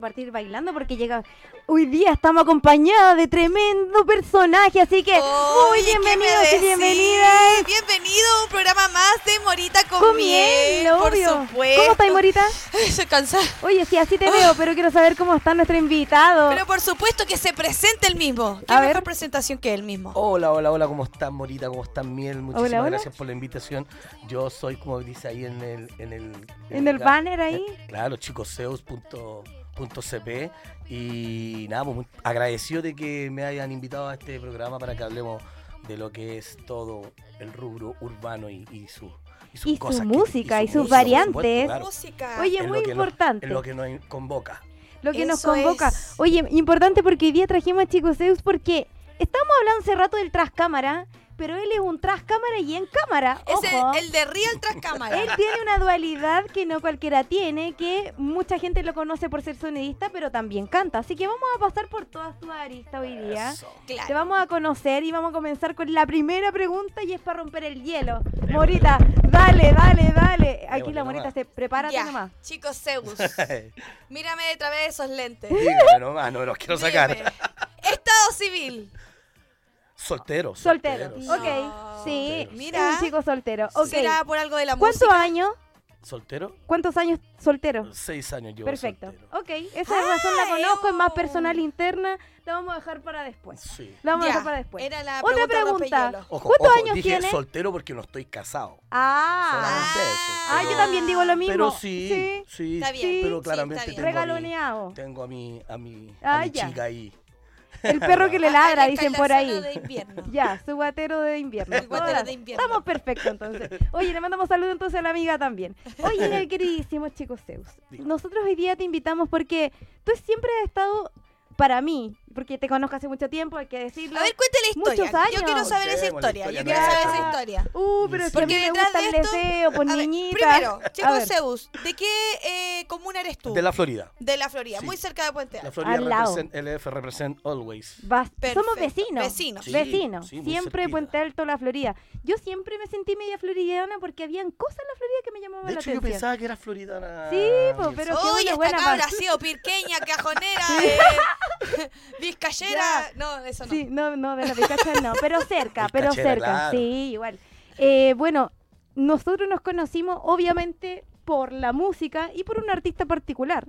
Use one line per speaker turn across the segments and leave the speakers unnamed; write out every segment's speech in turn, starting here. partir bailando porque llega. Hoy día estamos acompañados de tremendo personaje, así que muy
Oye, ¿qué me
bienvenidos y
decís?
bienvenidas.
Bienvenido a un programa más de Morita con,
Con
miel,
miel,
por
obvio.
supuesto.
¿Cómo estáis, Morita?
Ay, Estoy cansada.
Oye, sí, así te veo, pero quiero saber cómo está nuestro invitado.
Pero por supuesto que se presente el mismo. ¿Qué
Oh. A
mejor
ver.
presentación que él mismo?
Hola, hola, hola, ¿cómo están, Morita? ¿Cómo están, Miel? Muchísimas
hola.
gracias por la invitación. Yo soy, como dice ahí en el... En el,
En el banner ahí.
eh, Claro, chicoseus.cp y nada, pues, muy agradecido de que me hayan invitado a este programa para que hablemos de lo que es todo el rubro urbano y, y su, sus
Y su
cosas que-
música, y
su
sus
música, por supuesto,
variantes.
claro.
Música.
Oye,
Es lo
muy
que nos-
importante.
es lo que nos convoca.
Lo que nos
Eso
convoca.
es.
Oye, importante porque hoy día trajimos a Chico Zeus porque estamos hablando hace rato del tras cámara, pero él es un tras cámara y en cámara.
es
ojo.
el, el de Real tras cámara.
Él tiene una dualidad que no cualquiera tiene, que mucha gente lo conoce por ser sonidista, pero también canta. Así que vamos a pasar por todas tus aristas hoy día.
Eso.
Te
claro.
vamos a conocer y vamos a comenzar con la primera pregunta y es para romper el hielo. Morita, dale, dale, dale. Aquí
Démosle
la Morita
nomás.
se prepara
Ya,
nomás.
chicos Zeus, mírame de través de esos lentes.
Dígame nomás, no me los quiero
Dime,
sacar.
Estado civil.
Solteros.
Soltero.
solteros,
Ok,
No.
sí.
Mira.
Un chico soltero. Ok.
¿Será por algo de la
¿Cuántos
música?
años?
¿Soltero?
¿Cuántos años soltero?
Seis años yo.
Perfecto.
soltero.
Ok, esa razón la
Ah,
conozco, es más
eu.
personal interna. La vamos a dejar para después.
Sí.
La vamos a
Ya,
dejar para después.
Era
Otra
la pregunta. de
pregunta.
Rompehielos.
Ojo,
¿Cuántos
ojo,
años
dije
tiene?
soltero porque no estoy casado.
Ah,
Solamente eso,
ah,
pero-
yo también digo lo mismo.
Pero sí, sí,
Está bien, sí,
pero
está
claramente
bien.
tengo a
Regaloneado.
mi, tengo a mi, a mi, a
Ah,
mi
ya.
chica ahí.
El perro que le ladra,
Ah, ya está
dicen
en la
por
zona
ahí.
de invierno.
Ya, su guatero de invierno.
El guatero
Todas.
de invierno.
Estamos perfectos entonces. Oye, le mandamos saludos entonces a la amiga también. Oye, queridísimo chico Zeus.
Diga.
Nosotros hoy día te invitamos porque tú siempre has estado para mí, porque te conozco hace mucho tiempo, hay que decirlo.
A ver, cuéntale la
Muchos
historia.
años.
Yo quiero saber esa
Contemos la
historia. Yo
historia
quiero saber esa
nuestra.
historia.
Uh, pero es que a mí
Porque
me
detrás
gusta
de
el
esto.
deseo, pues
A ver,
niñita.
primero,
A
Chico
ver.
Zeus, ¿de qué eh, comuna eres tú?
De la Florida.
De la Florida,
Sí.
muy cerca de Puente
La
Alto.
Florida
Al lado.
represent, LF represent always.
Vas-
Perfecto.
somos vecinos.
Vecinos.
Sí,
vecinos.
sí, muy
siempre
cerquita.
Puente Alto, la Florida. Yo siempre me sentí media floridiana porque habían cosas en la Florida que me llamaban
De
la
hecho, yo
atención.
pensaba que era floridana.
Sí, po,
Mirza.
pero- qué buena,
Oye, esta
buena
cabra ha
pa-
sido pirqueña, cajonera, eh, vizcayera. No, eso no.
Sí, no, no, de la Picacha no, pero cerca, pero
Picachera,
cerca.
claro.
Sí, igual. Eh, bueno, nosotros nos conocimos obviamente por la música y por un artista particular.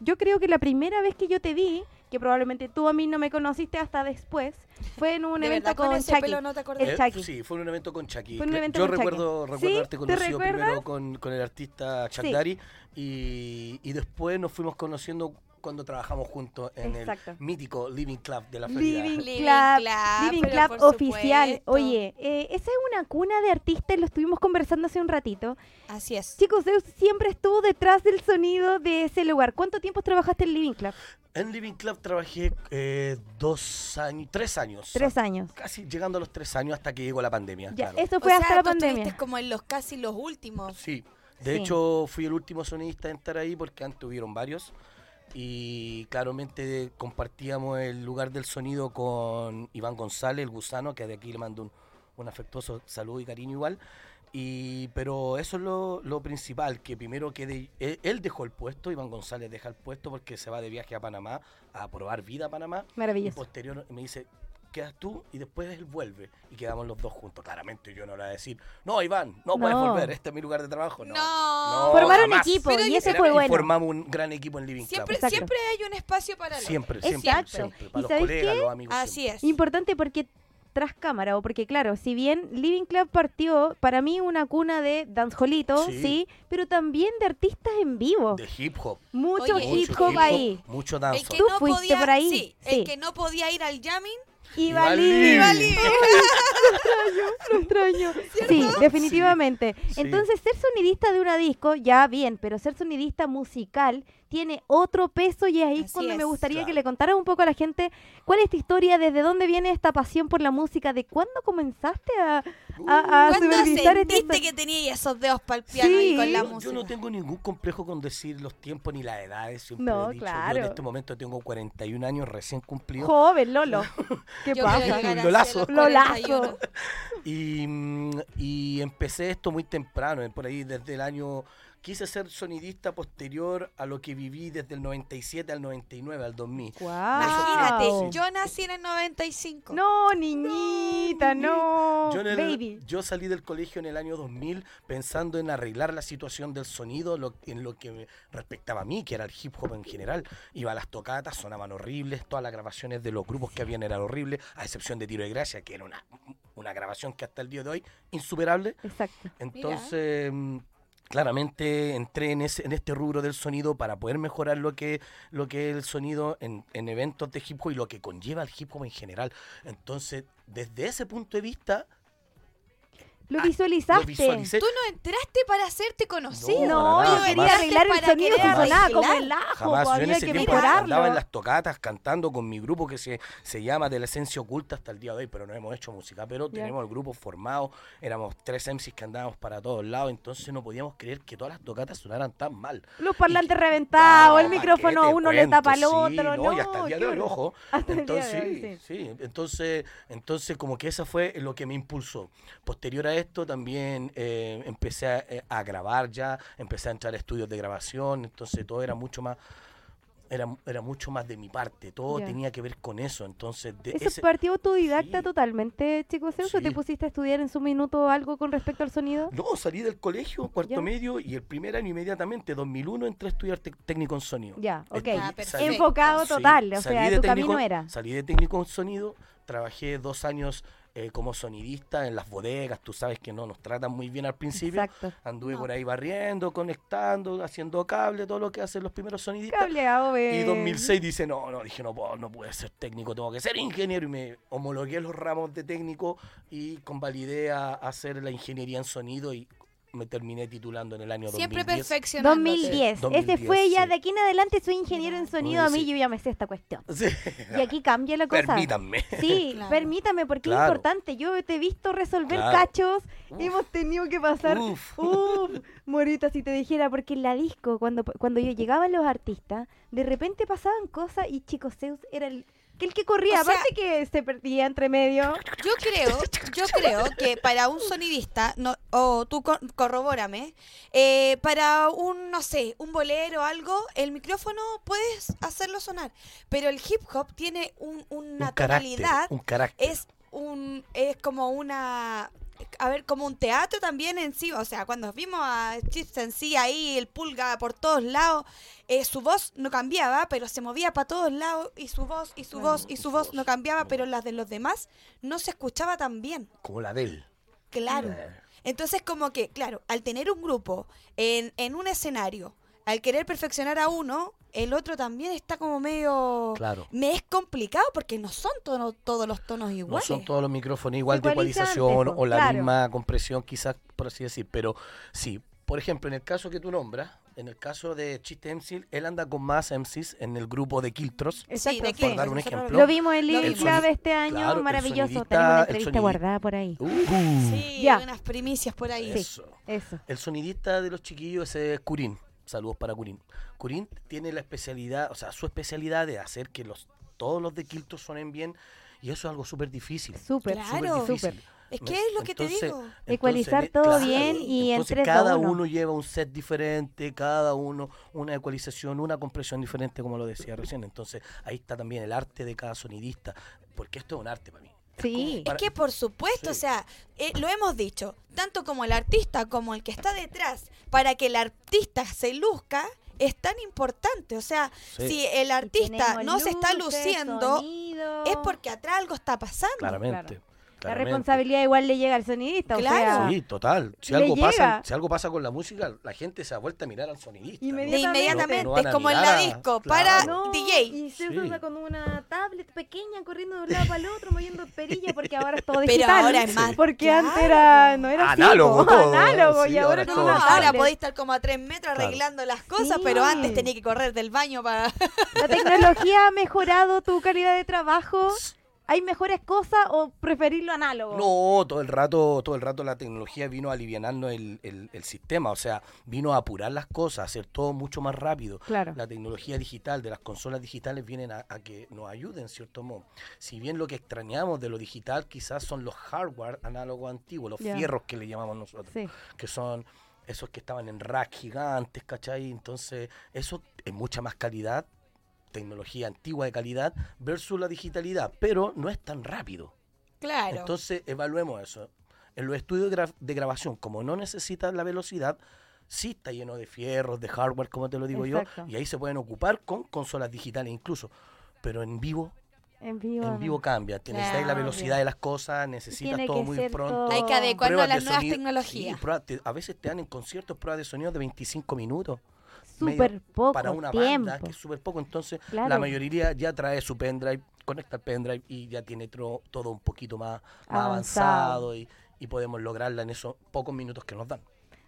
Yo creo que la primera vez que yo te vi, que probablemente tú a mí no me conociste hasta después, fue en un
De
evento
verdad,
con
con ese
Shaki.
pelo no te acordás.
el Chucky.
eh, Sí, fue un evento con Chucky.
Fue un evento
Yo
con Chucky.
recuerdo,
¿Sí?
recuerdo haberte
¿Te
conocido
recuerdas?
primero con, con el artista Chuck
Sí.
Darry y, y después nos fuimos conociendo cuando trabajamos juntos en
Exacto.
el mítico Living Club de la Florida.
Living
Living
Club,
Club,
Living
Ah, pero
Club
por
oficial.
supuesto.
Oye, eh, esa es una cuna de artistas, lo estuvimos conversando hace un ratito.
Así es.
Chicos, Zeus siempre estuvo detrás del sonido de ese lugar. ¿Cuánto tiempo trabajaste en Living Club?
En Living Club trabajé eh, dos años, tres años.
Tres años.
Casi llegando a los tres años hasta que llegó la pandemia.
Ya,
claro.
eso fue
o
hasta
sea,
la
tú
pandemia.
estuviste como en los casi los últimos.
Sí. De
Sí.
hecho, fui el último sonidista en estar ahí porque antes hubieron varios. Y claramente compartíamos el lugar del sonido con Iván González, el gusano, que de aquí le mando un, un afectuoso saludo y cariño igual. Y, pero eso es lo, lo principal, que primero que de- él, él dejó el puesto, Iván González deja el puesto porque se va de viaje a Panamá a probar vida a Panamá. Y
Maravilloso.
posterior me dice, quedas tú y después él vuelve. Y quedamos los dos juntos. Claramente yo no le voy a decir, no, Iván, no, puedes
No.
volver, este es mi lugar de trabajo. No.
No.
Formaron
jamás.
equipo
Pero
y
yo-
eso
Era-
fue
y
bueno.
Formamos un gran equipo en Living
Siempre,
Club.
Exacto.
siempre hay un espacio para el otro.
Siempre, siempre,
Es
siempre,
cierto.
siempre.
¿Y
Para los
sabes
colegas,
qué?
los amigos.
Así
siempre.
es.
Importante porque tras cámara, o porque claro, si bien Living Club partió, para mí una cuna de danzolito, sí.
Sí.
pero también de artistas en vivo.
De hip hop.
Mucho
Oye,
hip hop ahí.
Mucho
El
danzo.
que
Tú
no
fuiste
podía,
por ahí,
sí,
sí.
el que no podía ir al jamming, eh,
Iba
Living.
Living.
iba al living.
Lo extraño. Sí, definitivamente.
Sí.
Entonces, ser sonidista de una disco, ya bien, pero ser sonidista musical tiene otro peso y ahí es
Así
cuando me
es.
gustaría que
Claro.
le contaras un poco a la gente cuál es tu historia, desde dónde viene esta pasión por la música, de cuándo comenzaste a, a, a
Uh, ¿Cuándo
supervisar este...
sentiste que tenía esos dedos para el piano
Sí.
y con la
Yo-
música?
Yo no tengo ningún complejo con decir los tiempos ni las edades. Siempre
No,
he dicho. Yo
claro.
en este momento tengo 41 años recién cumplidos.
Joven, Lolo. ¿Qué
Yo
pasa?
quiero llegar hacia
Lolazo.
los
Lolazo.
41.
Y, mm, y empecé esto muy temprano, eh, por ahí desde el año Quise ser sonidista posterior a lo que viví desde el 97 al 99, al 2000.
Wow.
Imagínate, yo nací en el 95.
No, niñita, no.
Yo, en el-
Oh, Baby.
yo salí del colegio en el año 2000 pensando en arreglar la situación del sonido lo- en lo que me respectaba a mí, que era el hip hop en general. Iba a las tocatas, sonaban horribles, todas las grabaciones de los grupos que habían eran horribles, a excepción de Tiro de Gracia, que era una, una grabación que hasta el día de hoy, insuperable.
Exacto.
Entonces, mm, claramente entré en, ese- en este rubro del sonido para poder mejorar lo que, lo que es el sonido en, en eventos de hip hop y lo que conlleva el hip hop en general. Entonces, desde ese punto de vista,
Lo
Ah,
visualizaste.
lo visualicé.
Tú no entraste para hacerte conocido.
No, yo
para nada,
quería
jamás.
arreglar el
Para
sonido que
querer
sonaba como
arreglar.
el ajo,
Jamás,
po,
yo en
había
ese
que
tiempo
mejorarlo.
andaba en las tocatas cantando con mi grupo que se, se llama De la Esencia Oculta hasta el día de hoy, pero no hemos hecho música, pero
Ya.
tenemos el grupo formado, éramos tres MCs que andábamos para todos lados, entonces no podíamos creer que todas las tocatas sonaran tan mal.
Los parlantes
Y-
reventados, el
No, ¿pa' Ah, qué
micrófono
te
uno le tapa al
cuento?
otro.
Sí,
no,
y hasta el día
qué
de hoy,
horror.
ojo.
Hasta el día de
Entonces,
hoy,
sí, sí. Entonces, entonces, como que esa fue lo que me impulsó. Posterior a esto, también eh, empecé a, eh, a grabar ya, empecé a entrar a estudios de grabación, entonces todo
Mm.
era mucho más. Era, era mucho más de mi parte, todo
Ya.
tenía que ver con eso. Entonces, de
Eso
ese-
partió autodidacta
Sí.
totalmente, chicos. ¿Eso te
Sí.
pusiste a estudiar en su minuto algo con respecto al sonido?
No, salí del colegio, cuarto
Ya.
medio, y el primer año inmediatamente, 2001, entré a estudiar tec- técnico en sonido.
Ya, ok.
Estudié-
Ah, perfecto.
salí-
Enfocado
Sí,
total, o
salí
sea,
de
tu
técnico-
camino era.
Salí de técnico en sonido, trabajé dos años eh, como sonidista en las bodegas, tú sabes que no nos tratan muy bien al principio.
Exacto.
Anduve
No.
por ahí barriendo, conectando, haciendo cable, todo lo que hacen los primeros sonidistas.
Cableado,
Y
ve.
2006 dice, no, no, dije, no puedo, no puede ser técnico, tengo que ser ingeniero. Y me homologué los ramos de técnico y convalidé a, a hacer la ingeniería en sonido y me terminé titulando en el año
Siempre
2010.
perfeccionando.
2010.
Sí,
Ese
2010,
fue ya
sí.
de aquí en adelante soy ingeniero en sonido. A mí
sí.
yo ya me sé esta cuestión.
Sí.
Y aquí cambia la cosa.
Permítanme.
Sí,
Claro.
permítame, porque es
Claro.
importante. Yo te he visto resolver
Claro.
cachos.
Uf.
Hemos tenido que pasar.
Uf.
Uf, Morita, si te dijera, porque en la disco, cuando, cuando yo llegaban los artistas, de repente pasaban cosas y Chico Zeus era el, que el que corría.
O sea-
Aparte que se perdía entre medio.
Yo creo, yo creo que para un sonidista, no, o tú co- corrobórame, eh, para un, no sé, un bolero o algo, el micrófono puedes hacerlo sonar, pero el hip hop tiene un- una
un carácter,
tonalidad,
un carácter.
es un es como una a ver, como un teatro también en sí, o sea, cuando vimos a Chips en sí ahí, el pulga por todos lados, eh, su voz no cambiaba, pero se movía para todos lados y su voz y su
Claro.
voz y su voz no cambiaba, pero las de los demás no se escuchaba tan bien,
como la de él.
claro.
Eh,
Entonces como que, claro, al tener un grupo en, en un escenario, al querer perfeccionar a uno, el otro también está como medio...
Claro.
Me es complicado porque no son tono- todos los tonos
No
iguales.
son todos los micrófonos igual de
Igualizantes,
ecualización
po,
o la
pues, claro.
misma compresión, quizás, por así decir. Pero sí, por ejemplo, en el caso que tú nombras, en el caso de Chiste MC, él anda con más MCs en el grupo de Kiltros.
Sí, de
Exacto.
que-
Por dar un
nosotros
ejemplo.
Lo vimos en
Lo
Live
vimos.
Club este año,
Claro, el
maravilloso.
sonidista-
Tenemos una
el
entrevista
sonidista-
guardada por ahí.
Uh,
Sí,
Ya.
hay unas primicias por ahí.
Eso.
Eso.
El sonidista de los chiquillos es Curín. Saludos para Curín. Curín tiene la especialidad, o sea, su especialidad de hacer que los todos los de Kiltros sonen bien y eso es algo súper difícil.
Súper,
Claro.
súper.
Es
¿Me-
que es lo que te
entonces-
digo.
entonces,
Ecualizar
eh,
todo bien y en
entonces
tres, dos,
cada
uno.
uno. lleva un set diferente, cada uno una ecualización, una compresión diferente, como lo decía recién. Entonces ahí está también el arte de cada sonidista, porque esto es un arte para mí.
Sí.
Es que por supuesto,
Sí.
o sea, eh, lo hemos dicho, tanto como el artista como el que está detrás, para que el artista se luzca, es tan importante. O sea,
Sí.
si el artista
Tenemos
no se está
luces,
luciendo,
sonido.
es porque atrás algo está pasando.
Claramente.
La
claramente.
responsabilidad igual le llega al sonidista. o
Claro.
sea,
Sí, total. Si
Le
algo,
llega.
pasa, si algo pasa con la música, la gente se da vuelta a mirar al sonidista. ¿no?
Inmediatamente.
De inmediatamente,
No- no van
es
a
como en la
mirar a-
disco,
claro.
para
Ah, No,
DJ.
Y se
Sí.
usa con una tablet pequeña corriendo de un lado para el otro, moviendo perilla, porque ahora es todo
Pero
digital.
ahora es más-
Porque
Claro.
antes era, no era así,
Análogo
po,
todo,
análogo,
sí,
y ahora
ahora
es
No,
todo
con
Todo
una
digital.
ahora
tablet.
podéis estar como a tres metros
Claro.
arreglando las cosas,
Sí.
pero antes tenía que correr del baño para...
La tecnología ha mejorado tu calidad de trabajo. ¿Hay mejores cosas o preferir lo análogo?
No, todo el rato, todo el rato la tecnología vino a alivianarnos el, el- el sistema, o sea, vino a apurar las cosas, a hacer todo mucho más rápido.
Claro.
La tecnología digital, de las consolas digitales, vienen a, a que nos ayuden, en cierto modo. Si bien lo que extrañamos de lo digital quizás son los hardware análogos antiguos, los
Ya.
fierros que le llamamos nosotros,
Sí.
que son esos que estaban en rack gigantes, ¿cachai? Entonces, eso es mucha más calidad, tecnología antigua de calidad, versus la digitalidad, pero no es tan rápido.
Claro.
Entonces, evaluemos eso. En los estudios de, gra- de grabación, como no necesitas la velocidad, sí está lleno de fierros, de hardware, como te lo digo
Exacto.
yo, y ahí se pueden ocupar con consolas digitales incluso. Pero en vivo,
En vivo.
en
no.
vivo cambia. Te necesitas la
Cambia.
velocidad de las cosas, necesitas
Tiene
todo
que
muy
ser
pronto.
todo-
Hay que adecuarnos a
Pruebas de
las nuevas
sonido-
tecnologías.
sí, pruebas de- a veces te dan en conciertos pruebas de sonido de 25 minutos. medio
Súper poco
Para una
tiempo.
banda, que es súper poco. Entonces, la
Claro.
mayoría ya trae su pendrive, conecta el pendrive y ya tiene tro- todo un poquito más, más
Avanzado.
avanzado y, y podemos lograrla en esos pocos minutos que nos dan.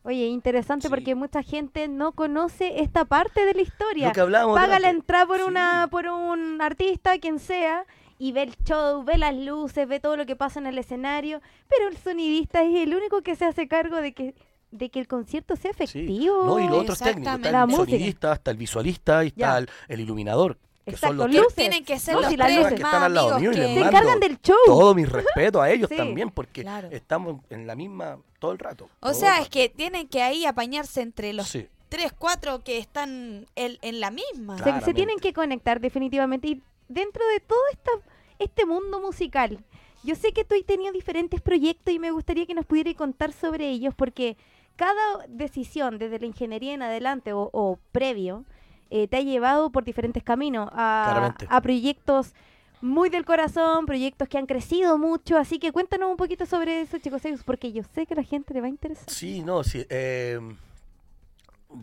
Oye, interesante
Sí.
porque mucha gente no conoce esta parte de la historia.
Lo que hablábamos
Paga la
delante.
entrada por
Sí.
una por un artista, quien sea, y ve el show, ve las luces, ve todo lo que pasa en el escenario, pero el sonidista es el único que se hace cargo de que de que el concierto sea
Sí.
efectivo.
No, y lo otro es técnico.
Exactamente.
Está el
La música.
sonidista, está el visualista y
Ya.
está el, el iluminador. Que son
Exacto,
los
luces.
Tienen que ser
No,
los
si las
tres
luces
que
más
están al lado mío
amigos
y
que-
Se
Mando
encargan del show.
Todo mi respeto a ellos
Sí.
también, porque
Claro.
estamos en la misma todo el rato. todo
O
el
sea,
rato.
es que tienen que ahí apañarse entre los
Sí.
tres, cuatro que están en, en la misma.
O sea, que se
Claramente.
tienen que conectar definitivamente. Y dentro de todo esta, este mundo musical, yo sé que tú has tenido diferentes proyectos y me gustaría que nos pudieras contar sobre ellos porque cada decisión desde la ingeniería en adelante o, o previo eh, te ha llevado por diferentes caminos a,
Claramente.
a proyectos muy del corazón, proyectos que han crecido mucho. Así que cuéntanos un poquito sobre eso, chicos, porque yo sé que a la gente le va a interesar.
Sí, no, sí. eh,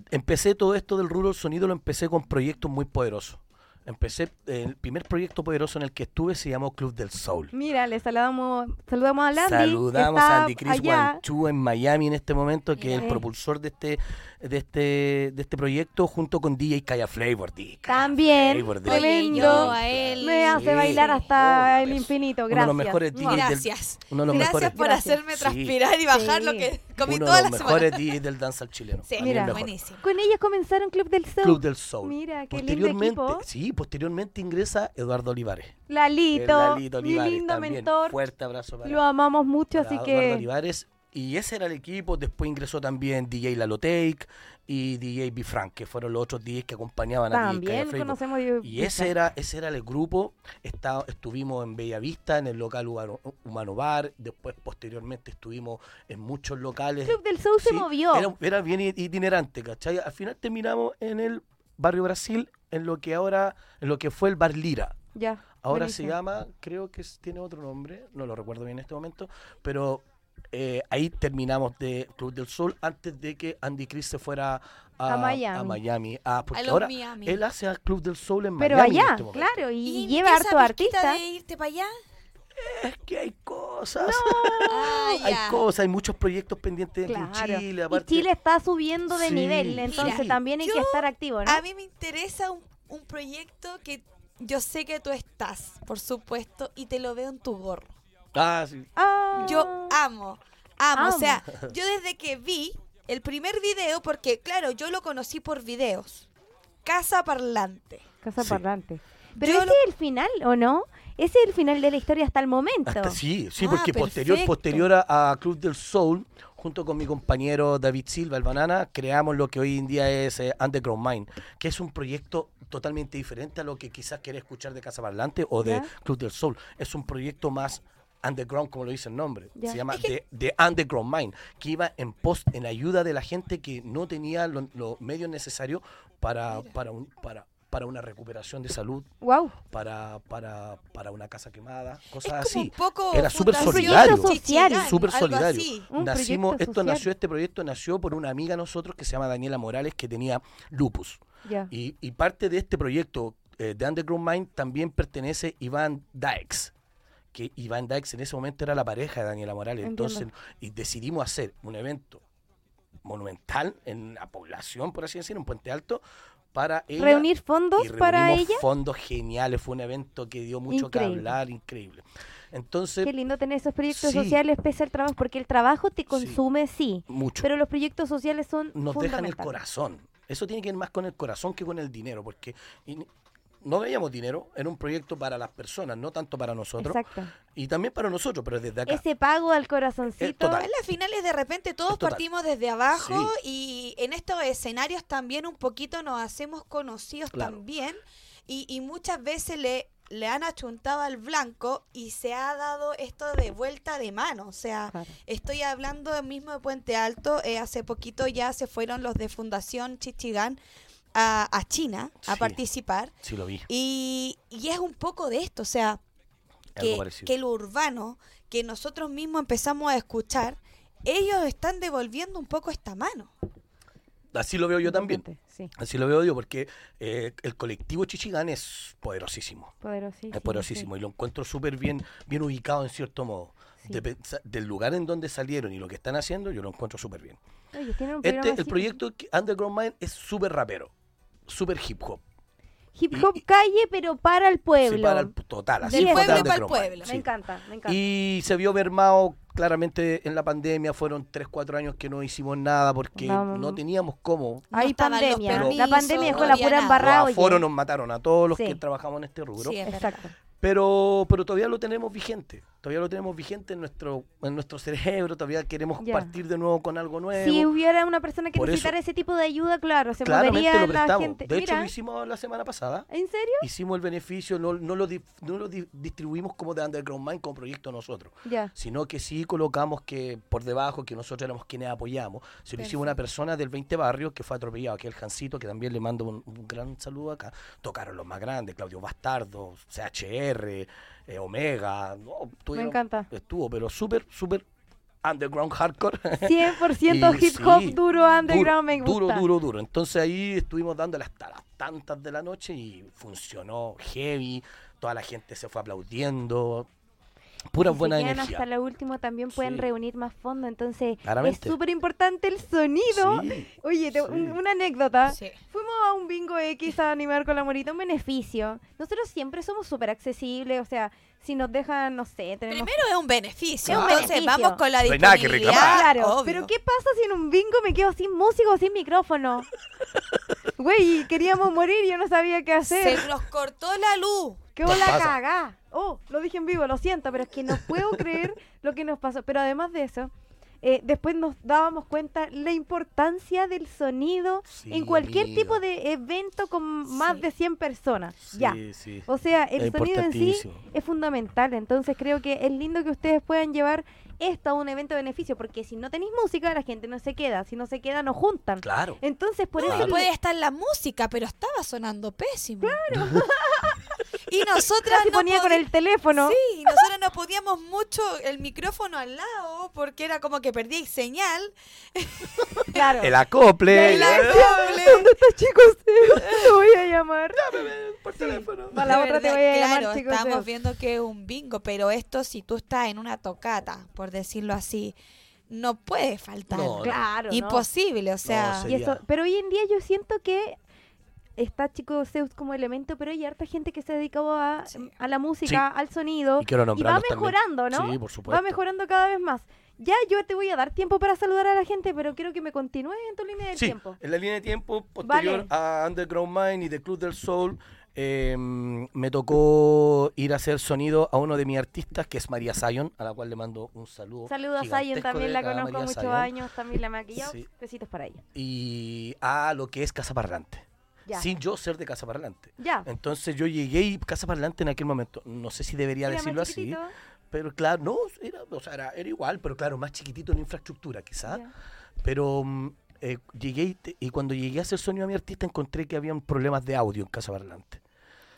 empecé todo esto del rubro del sonido, lo empecé con proyectos muy poderosos. Empecé, eh, el primer proyecto poderoso en el que estuve se llamó Club del Soul.
Mira, le saludamos, saludamos a Landy. que
Saludamos
está
a Andy Chris
allá.
Wanchu en Miami en este momento, que es
Eh.
el propulsor de este, de este, de este proyecto, junto con DJ Kaya Flavor. DJ Kaya
También,
Flavor,
Oye, tremendo.
yo a él.
Me hace
Sí.
bailar hasta
Oh,
el
eso.
infinito,
Uno de
gracias.
los mejores
Mua.
DJs del-
Gracias.
uno de los
Gracias
mejores.
por
Gracias.
hacerme
Sí.
transpirar y bajar
Sí.
lo que comí
uno
toda
de
la
los
semana.
mejores DJs del danzal chileno.
Sí,
Para mí el
Mira.
mejor.
buenísimo.
Con ellos comenzaron Club del Sol.
Club del Soul.
Mira, qué lindo
posteriormente,
equipo.
Sí, posteriormente ingresa Eduardo Olivares.
Lalito,
El Lalito
mi
Olivares
lindo
también.
mentor.
Fuerte abrazo para,
Lo amamos mucho,
para
así
Eduardo
que
Olivares. Y ese era el equipo. Después ingresó también DJ Lalotake y DJ Bifrank, que fueron los otros DJs que acompañaban a DJ
también
Calle Freiburg.
conocemos. yo-
Y ese era, ese era el grupo. Está- estuvimos en Bellavista, en el local Humano, Humano Bar. Después, posteriormente, estuvimos en muchos locales.
Club del Sol se
eh, Sí,
movió.
Era, era bien i- itinerante, ¿cachai? Al final terminamos en el barrio Brasil, en lo que ahora, en lo que fue el Bar Lira.
Ya,
Ahora
buenísimo.
se llama, creo que es- tiene otro nombre, no lo recuerdo bien en este momento, pero eh, ahí terminamos de Club del Sol antes de que Andy Chris se fuera a,
A Miami.
a Miami. Ah, porque
A los
ahora
Miami.
él hace a Club del Sol en
Pero
Miami. en
allá,
este momento.
claro, y,
¿Y
lleva
esa
harto
pizquita
artista.
de irte para allá?
Es que hay cosas.
Ah,
hay
ya.
cosas, hay muchos proyectos pendientes aquí en
Claro. y
Chile. Aparte,
Chile está subiendo de
Sí,
nivel, entonces
sí.
también hay que
Yo-
estar activo, ¿no?
A mí me interesa un, un proyecto que yo sé que tú estás, por supuesto, y te lo veo en tu gorro.
Ah, sí.
Ah.
Yo amo, amo,
Amo.
O sea, yo desde que vi el primer video, porque claro, yo lo conocí por videos. Casa Parlante.
Casa
Sí.
parlante. Pero
Yo
ese
lo-
es el final, ¿o no? Ese es el final de la historia hasta el momento.
Hasta sí, sí,
Ah,
porque posterior,
perfecto.
posterior a, a Club del Soul, junto con mi compañero David Silva, el Banana, creamos lo que hoy en día es eh, Underground Mind, que es un proyecto totalmente diferente a lo que quizás querés escuchar de Casa Parlante o de
Ya.
Club del Soul. Es un proyecto más underground, como lo dice el nombre.
Ya.
Se llama The, The Underground Mind, que iba en post, en ayuda de la gente que no tenía lo- los medios necesarios para, para, un, para, para una recuperación de salud,
Wow.
para, para, para una casa quemada,
Es
cosas
como
así.
un poco
Era súper
Fundación
solidario.
Un proyecto social.
Chichigán,
Súper
algo
solidario.
así.
Un
Nacimos,
proyecto
esto
social.
nació, este proyecto nació por una amiga de nosotros que se llama Daniela Morales, que tenía lupus.
Ya.
Y, y parte de este proyecto eh, de Underground Mind también pertenece Iván Dykes. Que Iván Dykes en ese momento era la pareja de Daniela Morales.
Entiendo.
Entonces, y decidimos hacer un evento monumental en la población, por así decirlo, en Puente Alto, para ella
Reunir fondos
y
para
reunimos
ella.
fondos geniales. Fue un evento que dio mucho
Increíble.
que hablar, increíble. Entonces,
Qué lindo tener esos proyectos
Sí.
sociales pese al trabajo, porque el trabajo te consume, sí.
mucho.
Pero los proyectos sociales son
nos dejan el
fundamentales.
corazón. Eso tiene que ver más con el corazón que con el dinero, porque in- no veíamos dinero, era un proyecto para las personas, no tanto para nosotros.
Exacto.
Y también para nosotros, pero desde acá.
Ese pago al corazoncito.
total.
En las finales de repente todos
Total.
partimos desde abajo y en estos escenarios también un poquito nos hacemos conocidos
Claro.
también y, y muchas veces le, le han achuntado al blanco y se ha dado esto de vuelta de mano. O sea,
Claro.
estoy hablando del mismo de Puente Alto, eh, hace poquito ya se fueron los de Fundación Chichigán a, a China a
Sí.
participar
Sí, lo vi.
y, y es un poco de esto, o sea
algo
que,
parecido.
que lo urbano que nosotros mismos empezamos a escuchar, ellos están devolviendo un poco esta mano.
Así lo veo yo también.
Sí,
Así lo veo yo, porque eh, el colectivo Chichigán es poderosísimo.
poderosísimo.
es poderosísimo y lo encuentro súper bien, bien ubicado en cierto modo.
Sí.
De pensa- del lugar en donde salieron y lo que están haciendo, yo lo encuentro súper bien.
sí. Oye, tienen un
Este,
programa
el
así-
proyecto que- Underground Mind es súper rapero, súper hip hop.
Hip
y-
hop
y-
calle, pero para el pueblo.
Sí, para el total, así
Del
total
pueblo
para el
Underground
pueblo.
Mind,
Me
sí.
encanta, me encanta.
Y se vio mermado claramente en la pandemia, fueron 3, 4 años que no hicimos nada porque
Vamos.
no teníamos cómo.
No
Hay
estaban los
pandemia.
permisos,
la pandemia dejó
no
la
había
pura
nada.
embarrada.
Los
oye.
aforos nos mataron a todos los
Sí.
que trabajamos en este rubro.
Sí, es verdad.
Exacto.
Pero, pero todavía lo tenemos vigente. Todavía lo tenemos vigente en nuestro, en nuestro cerebro. Todavía queremos
Ya.
partir de nuevo con algo nuevo.
Si hubiera una persona que
Eh, Por eso-
necesitara ese tipo de ayuda, claro, se
Claramente
movería
lo
la
prestamos.
gente.
De hecho,
Mira,
lo hicimos la semana pasada.
¿en serio?
Hicimos el beneficio, no, no lo, di- no lo di- distribuimos como de Underground Mind, como proyecto nosotros.
Ya.
Sino que sí colocamos que por debajo, que nosotros éramos quienes apoyamos. Se lo hicimos a una persona del 20 barrio que fue atropellado, aquel Jancito, que también le mando un, un gran saludo acá. Tocaron los más grandes, Claudio Bastardo, CHR, eh, Omega. no,
Me
tuvieron-
encanta.
Estuvo, pero súper, súper underground hardcore.
100%
Y
hip hop
sí,
duro underground me gusta.
Duro, duro, duro. Entonces ahí estuvimos dándole hasta las tantas de la noche y funcionó heavy. Toda la gente se fue aplaudiendo. Pura
Si se
buena
quedan
energía.
hasta lo último también pueden
Sí.
reunir más fondo, entonces
Claramente.
es súper importante el sonido.
Sí,
Oye, te-
sí.
un- una anécdota.
Sí.
Fuimos a un bingo X a animar con la morita, un beneficio. Nosotros siempre somos súper accesibles, o sea, si nos dejan, no sé, tenemos...
Primero es un beneficio,
Es un
entonces
beneficio.
vamos con la
No hay nada que
disponibilidad.
reclamar.
Claro,
Ah, obvio.
pero ¿qué pasa si en un bingo me quedo sin música o sin micrófono? Güey, queríamos morir, yo no sabía qué hacer.
Se nos cortó la luz.
¡Qué
Nos
la
pasa.
cagá! Oh, lo dije en vivo, lo siento, pero es que no puedo creer lo que nos pasó. Pero además de eso, eh, después nos dábamos cuenta la importancia del sonido
Sí,
en cualquier
amiga.
tipo de evento con más
Sí.
de 100 personas.
sí,
Ya.
sí.
O sea, el
Es
sonido en sí
importantísimo.
es fundamental. Entonces creo que es lindo que ustedes puedan llevar esto a un evento de beneficio, porque si no tenéis música, la gente no se queda. Si no se queda, no juntan.
Claro.
Entonces, por
No,
eso...
y
el-
puede estar la música, pero estaba sonando pésimo. y nosotras
se
no
ponía con
podi-
el teléfono.
Sí, nosotros no podíamos mucho el micrófono al lado porque era como que perdí señal.
Claro.
El acople.
El
eh,
acople.
¿Dónde estás, chicos? Te voy a llamar.
Por teléfono.
Para la
De
otra te
verdad,
voy a llamar,
claro,
chicos.
estamos viendo que es un bingo, pero esto si tú estás en una tocata, por decirlo así, no puede faltar.
No, no.
Claro.
Imposible, o sea,
no. Y eso-
Ya.
pero hoy en día yo siento que está Chico Zeus como elemento, pero hay harta gente que se ha dedicado a,
Sí.
a la música, al sonido.
Y quiero
va
nombrarlos también.
mejorando, ¿no?
Sí, por supuesto.
va mejorando cada vez más. Ya yo te voy a dar tiempo para saludar a la gente, pero quiero que me continúes en tu línea del
Sí,
tiempo.
en la línea de tiempo posterior a Underground Mine y The Club del Soul, eh, me tocó ir a hacer sonido a uno de mis artistas, que es María Sayon, a la cual le mando un saludo.
Saludos a Zion,
gigantesco
también
de
la
acá,
conozco
María
muchos
Sayon,
años, también la he maquillado.
Sí.
Besitos para ella.
Y a lo que es Casa Parlante,
Ya.
sin yo ser de Casa Parlante.
Ya.
Entonces yo llegué y Casa Parlante en aquel momento, no sé si debería
Era más
decirlo así,
chiquitito.
pero claro, no, era, o sea, era, era igual, pero claro, más chiquitito en infraestructura quizás.
Ya.
Pero mm, eh, llegué y, te- y cuando llegué a hacer sonido a mi artista encontré que habían problemas de audio en Casa Parlante.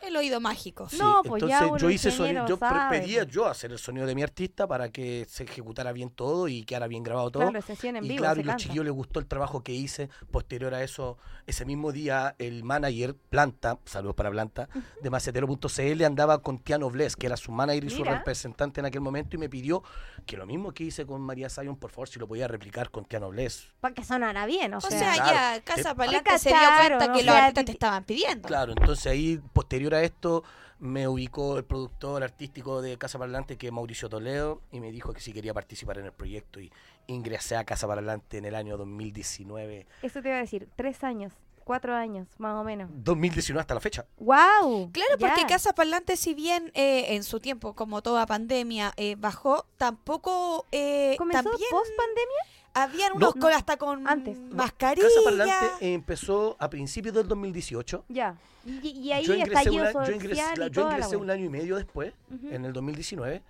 el oído mágico.
Sí,
No, pues ya
entonces yo
uno
hice
ingeniero
sonido, yo pre-
sabe,
pedía
pues.
yo hacer el sonido de mi artista para que se ejecutara bien todo y quedara bien grabado todo.
Claro, sesión en
y
vivo,
claro,
se
y los
canta.
chiquillos les gustó el trabajo que hice. Posterior a eso, ese mismo día, el manager Planta, saludos para Planta, de macetero.cl andaba con Tiano Bles, que era su manager y su
Mira.
representante en aquel momento, y me pidió que lo mismo que hice con María Sayon, por favor, si lo podía replicar con Tiano Bles.
Para que sonara bien, o
O
sea.
sea,
claro,
ya
te-
Casa
te
Palante se dio
cacharon,
cuenta que
o
los
sea,
artistas
ti-
te estaban pidiendo.
Claro, entonces ahí, posterior a esto, me ubicó el productor artístico de Casa Parlante, que es Mauricio Toledo, y me dijo que si quería participar en el proyecto. Y ingresé a Casa Parlante en el año 2019.
Eso te iba a decir, tres años. cuatro años, más o menos.
2019 hasta la fecha.
¡Wow!
Claro, porque
Ya.
Casa Parlante, si bien eh, en su tiempo, como toda pandemia, eh, bajó, tampoco eh,
¿Comenzó
también
post pandemia?
habían
No.
unos con hasta con
Antes.
mascarilla.
Casa Parlante eh, empezó a principios del 2018.
Ya. Y, y ahí
yo ingresé,
estallido
una- yo
social
ingresé- la-
y
yo
toda la
ingresé
wea.
un año y medio después,
Ujú.
en el 2019.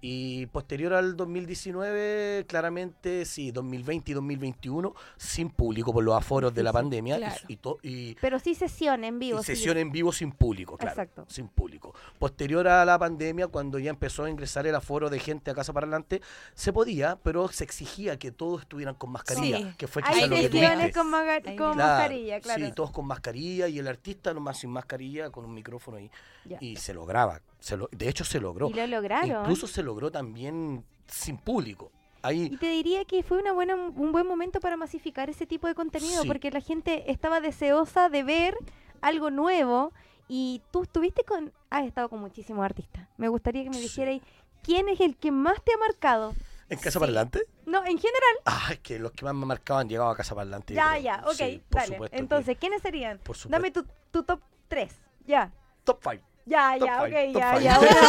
Y posterior al 2019, claramente, sí, 2020 y 2021, sin público por los aforos de la pandemia y-
Claro.
y, to- y-
Pero sí sesión en
y
vivo. sí.
sesión en vivo sin público, claro.
Exacto.
Sin público. Posterior a la pandemia, cuando ya empezó a ingresar el aforo de gente a Casa Parlante, se podía, pero se exigía que todos estuvieran con mascarilla,
Sí.
que fue
Hay
quizás lo que
sesiones
tuviste.
con, maga-
Ahí
con
mismo.
mascarilla, claro.
Sí, todos con mascarilla y el artista nomás sin mascarilla, con un micrófono ahí.
Ya.
Y se lograba. Se lo, de hecho, se logró.
Y lo lograron.
Incluso se logró también sin público. Ahí
Y te diría que fue una buena, un buen momento para masificar ese tipo de contenido,
Sí.
porque la gente estaba deseosa de ver algo nuevo y tú estuviste con... Has estado con muchísimos artistas. Me gustaría que me
Sí.
dijerais quién es el que más te ha marcado.
¿En Casa
Sí.
Parlante?
No, en general,
Ah, es que los que más me marcaban llegaban a Casa Parlante. yo
ya,
creo.
ya, ok,
Sí, por
dale.
supuesto que-
Entonces, ¿quiénes serían?
por supuesto.
Dame tu, tu top 3, ya.
Top 5.
Ya,
Top
ya,
five,
ok,
top
ya,
five.
ya. bueno,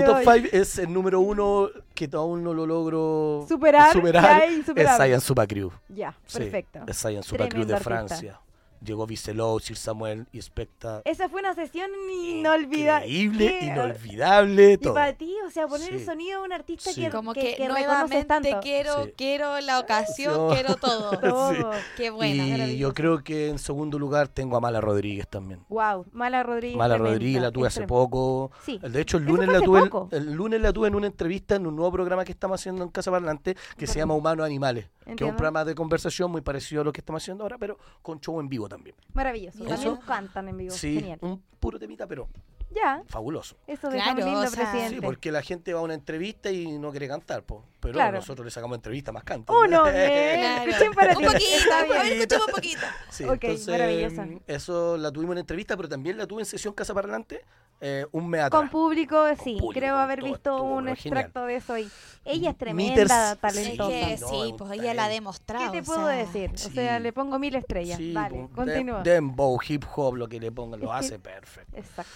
Ah, Me
top
voy.
5 es el número uno que aún no lo logro
superar,
superar,
ya, insuperable.
es Science Supacrew.
Ya,
Sí,
perfecto.
es Science Supacrew
Tremendo
de
artista.
Francia. Llegó Vicelou, Sir Samuel y Specta.
Esa fue una sesión inolvidable.
Increíble,
Qué-
inolvidable,
Y
todo.
para ti, o sea, poner el
Sí.
sonido de un artista
Sí.
que,
Como
que,
que,
que reconoces
nuevamente
tanto.
quiero,
Sí.
quiero la ocasión,
Sí.
quiero todo.
Todo.
Qué buena.
y yo
maravilloso.
creo que en segundo lugar tengo a Mala Rodríguez también.
Wow, Mala Rodríguez.
Mala
tremenda,
Rodríguez la tuve hace
extrema.
poco.
Sí.
De hecho, el
Eso
lunes,
fue
la
hace
tuve, el-
poco.
el lunes la tuve en una entrevista en un nuevo programa que estamos haciendo en Casa Parlante que se llama Humanos Animales, que es
Entiendo.
un programa de conversación muy parecido a lo que estamos haciendo ahora, pero con show en vivo también.
Maravilloso.
Eso.
También cantan en vivo.
sí,
Genial. ¿Ah?
un puro temita, pero
Ya,
fabuloso.
eso de
Claro,
lindo,
o sea-
presidente.
Sí, porque la gente va a una entrevista y no quiere cantar, po. pero
Claro.
nosotros le sacamos entrevista más canto.
Uno, eh,
Claro.
escuchen para
un
ti.
poquito,
Está
a ver,
bien.
escuchemos un poquito.
Sí,
Ok, maravillosa.
mm, Eso la tuvimos en entrevista, pero también la tuve en sesión Casa Parlante eh, un mes atrás.
Con público, sí.
público,
creo
con
haber
todo,
visto
estuvo
un
genial.
extracto de eso ahí. Ella es tremenda,
Meters,
Es
talentosa.
que
No, es
sí,
un
pues ella la ha
talento.
¿Qué
demostrado.
te
o
puedo
sea,
decir? O
sí.
sea, le pongo mil estrellas.
Sí,
vale,
pum, de-
continúa.
dembow, hip hop, lo que le pongan, lo
Es que-
hace perfecto.
Exacto.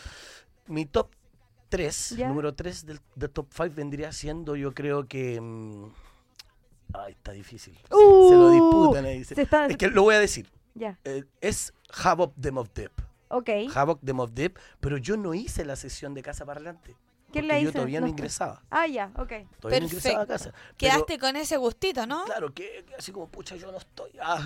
Mi top 3,
¿Ya?
número 3 del, del top 5 vendría siendo, yo creo que. mm, ay, está difícil. Se- se lo
Uh,
disputan ahí. se-
Se está...
Es que lo voy a decir.
Ya,
eh, es Havoc de Mob Deep.
ok.
Havoc de Mob Deep, pero yo no hice la sesión de Casa Parlante.
¿Quién
porque
la hizo?
Yo todavía
No
no,
está.
ingresaba.
Ah, ya, ok.
Todavía no ingresaba a casa. pero-
Quedaste con ese gustito, ¿no?
Claro, que que así como, pucha, yo no estoy. ah.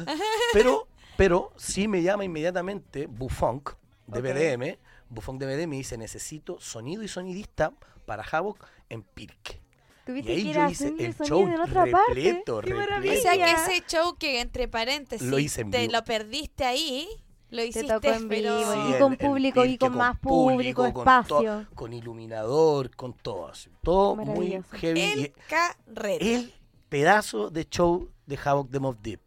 Pero, pero sí me llama inmediatamente Bufonk de
Ok.
BDM. Bufonk de BDM me dice, necesito sonido y sonidista para Havoc en Pirque. Y
Tuviste que
ahí
ir
yo
a
hice
hacerle
el
sonido
show
en otra
repleto,
parte. ¡Qué
repleto.
O
maravilla!
sea que ese show que entre paréntesis
Lo hice en
te
vivo.
lo perdiste ahí, lo
Te
hiciste
tocó en
pero-
vivo
Sí,
y
en-
con
en
público y
Pirque,
con, más público,
con to-
espacio.
Con, iluminador, con todo. así. Todo muy
Maravilloso.
heavy.
el
y
carrete.
eh, el pedazo de show de Havoc de Mob Deep.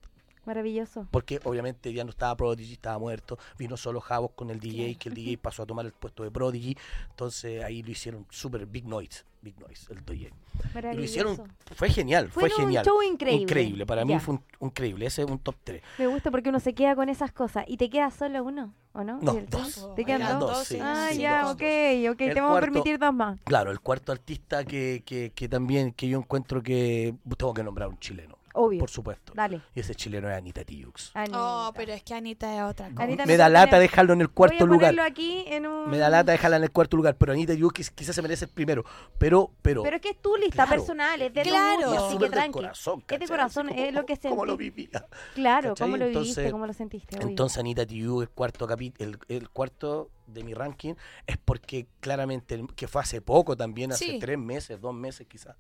Maravilloso.
porque obviamente ya no estaba Prodigy, estaba muerto, vino solo Havok con el DJ, que el DJ pasó a tomar el puesto de Prodigy, entonces ahí lo hicieron super big noise, big noise, el DJ. Y
Maravilloso.
lo hicieron, fue genial, fue,
Fueron un
genial.
show increíble.
para
Ya.
mí fue un, increíble, ese es un top 3.
Me gusta porque uno se queda con esas cosas. ¿Y te queda solo uno? ¿O no?
No,
¿Y el
dos.
tres?
Oh,
¿Te
eran
quedan dos?
dos, sí,
Ah,
sí,
ya, ok,
dos,
ok. Te
El
vamos a
cuarto-
permitir dos más.
Claro, el cuarto artista que, que, que también, que yo encuentro que tengo que nombrar un chileno,
Obvio.
por supuesto.
Dale.
Y ese chileno es Anita Tijoux.
Oh,
Anita.
pero es que Anita es otra cosa.
Anita,
Me da
nosotros
lata
tenemos-
dejarlo en el
Voy
cuarto
a
lugar.
ponerlo aquí en un...
Me da lata dejarla en el cuarto lugar, pero Anita Tijoux quiz- quizás se merece el primero, pero, pero,
Pero es que es tu lista
Claro.
personal, es de tu
Claro.
gusto,
Y es
así que
súper del
tranqui.
corazón,
de
¿cachai?
corazón,
Así
es lo que
¿Cómo lo
sentí.
vivía?
Claro,
¿Cachai?
cómo lo viviste,
Entonces-
cómo lo sentiste. obvio.
Entonces Anita Tijoux, el cuarto capi- el, el cuarto de mi ranking, es porque claramente, el- que fue hace poco también, hace
Sí.
tres meses, dos meses quizás,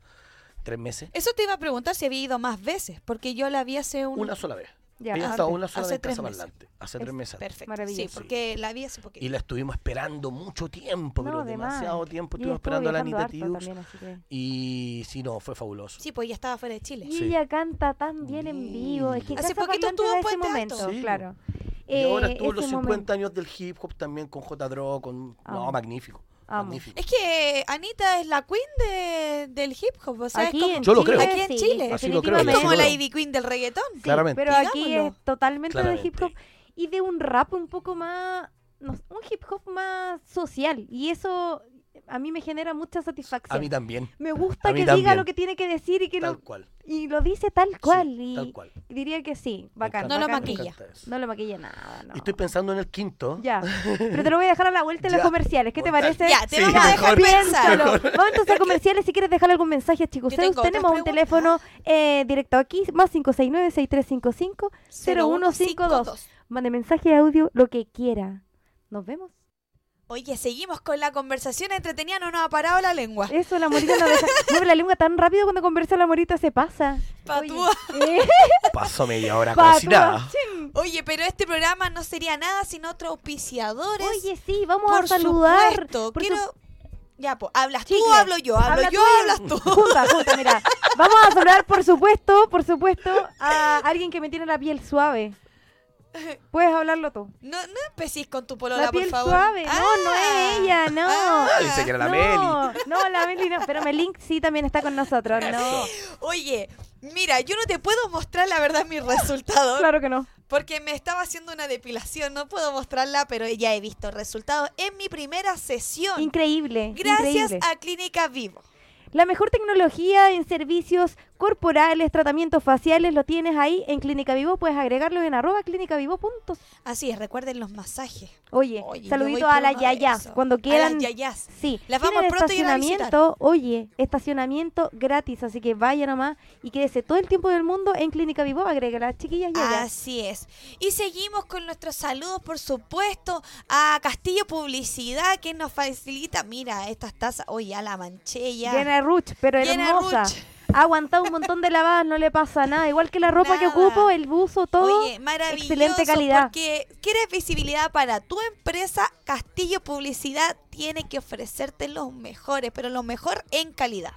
tres meses,
Eso te iba a preguntar si había ido más veces, porque yo la vi hace un...
una sola vez.
Ya.
Ella
Ah,
estaba
ok.
una sola
Hace
vez en
tres
Casa
meses.
Parlante, hace tres meses. atrás.
Perfecto. Sí,
Maravilloso.
porque la vi hace poquito.
Y la estuvimos esperando mucho tiempo,
No,
pero
de más.
demasiado tiempo
Y estuvo
estuvimos esperando a la
viajando
Anita
harto
Tijoux.
también, así que-
Y sí, no, fue fabuloso.
Sí, pues ya estaba fuera de Chile.
Y
Sí.
ella canta tan bien en vivo. Es que
Hace
Casa Parlante
poquito estuvo
da
en
ese
Puente
momento,
Alto.
Sí,
claro. Eh,
Y ahora estuvo
ese
los 50
momento.
años del hip hop también con J. Dro, con...
Amo.
No, magnífico.
Amo.
Magnífico.
Es que Anita es la queen de- del hip hop, o sea, es
Aquí
como-
en
Yo lo
Chile,
creo.
Aquí en Chile.
Así lo creo,
es
Así
como
lo
definitivamente.
la
creo.
Ivy Queen del reggaetón.
Claramente.
Pero aquí
Digámoslo.
es totalmente de hip hop.
Claramente.
y de un rap un poco más, no sé, un hip hop más social. Y eso a mí me genera mucha satisfacción.
A mí también.
me gusta
a mí
que diga
también.
lo que tiene que decir y que
Tal
lo,
cual.
y lo dice tal
sí,
cual. y
tal cual. Me
diría que sí, bacán.
encanta,
No lo
bacán.
me
maquilla.
encanta eso.
No lo maquilla nada, no.
Y estoy pensando en el quinto.
Ya, pero te lo voy a dejar a la vuelta en los
Ya.
comerciales. ¿Qué te
Mortal.
parece?
Ya, te
Sí,
vamos a dejar
mejor.
pensar.
Piénsalo. Vamos entonces a comerciales si quieres dejar algún mensaje, chicos.
Yo tengo
Ustedes,
otras
tenemos un
preguntas.
teléfono eh, directo aquí, más 569-6355-0152.
0152.
Mande mensaje, audio, lo que quiera. Nos vemos.
Oye, seguimos con la conversación entretenida, no nos ha parado la lengua.
Eso, la morita no deja. Mueve la lengua tan rápido cuando conversa la morita, se pasa.
Patúa.
Oye, eh,
Paso media hora
patúa.
como si nada.
Chin.
Oye, pero este programa no sería nada sin otros auspiciadores.
Oye, sí, vamos
pues. por
a saludar.
supuesto.
por
Quiero... Ya, pues, hablas tú,
Chicle.
hablo yo, hablo
Habla
yo,
tú y-
hablas tú.
Junta, junta, mira. Vamos a saludar, por supuesto, por supuesto, a alguien que me tiene la piel suave. Puedes hablarlo tú.
No, no empecéis con tu polola,
La piel
por favor.
suave.
Ah.
No, no es ella, no.
Ah,
dice que era la
no,
Meli.
no, la Meli no. Pero Melink sí también está con nosotros, no.
Oye, mira, yo no te puedo mostrar la verdad mis resultados
Claro que no.
porque me estaba haciendo una depilación, no puedo mostrarla, pero ya he visto resultados en mi primera sesión.
Increíble.
Gracias
increíble.
a Clínica Vivo.
La mejor tecnología en servicios corporales, tratamientos faciales, lo tienes ahí en Clínica Vivo. Puedes agregarlo en arroba clínicavivo.cl.
Así es, recuerden los masajes.
Oye,
Oye, yo
saludito
voy por
a las
uno de
yayas.
esos.
Cuando
A
quieran.
las yayas.
Sí,
Las
tienen
vamos pronto a ir a
estacionamiento, oye, estacionamiento gratis, así que vaya nomás y quédese todo el tiempo del mundo en Clínica Vivo, agrega las chiquillas y allá.
Así es. Y seguimos con nuestros saludos, por supuesto, a Castillo Publicidad, que nos facilita, mira, estas tazas, oye, ya la manché ya.
Llena de ruch, pero
Llena de
hermosa.
ruch.
Ha aguantado un montón de lavadas, no le pasa nada, igual que la ropa que
Nada.
ocupo, el buzo, todo.
Oye, maravilloso.
excelente calidad.
Porque quieres visibilidad para tu empresa, Castillo Publicidad tiene que ofrecerte los mejores, pero lo mejor en calidad.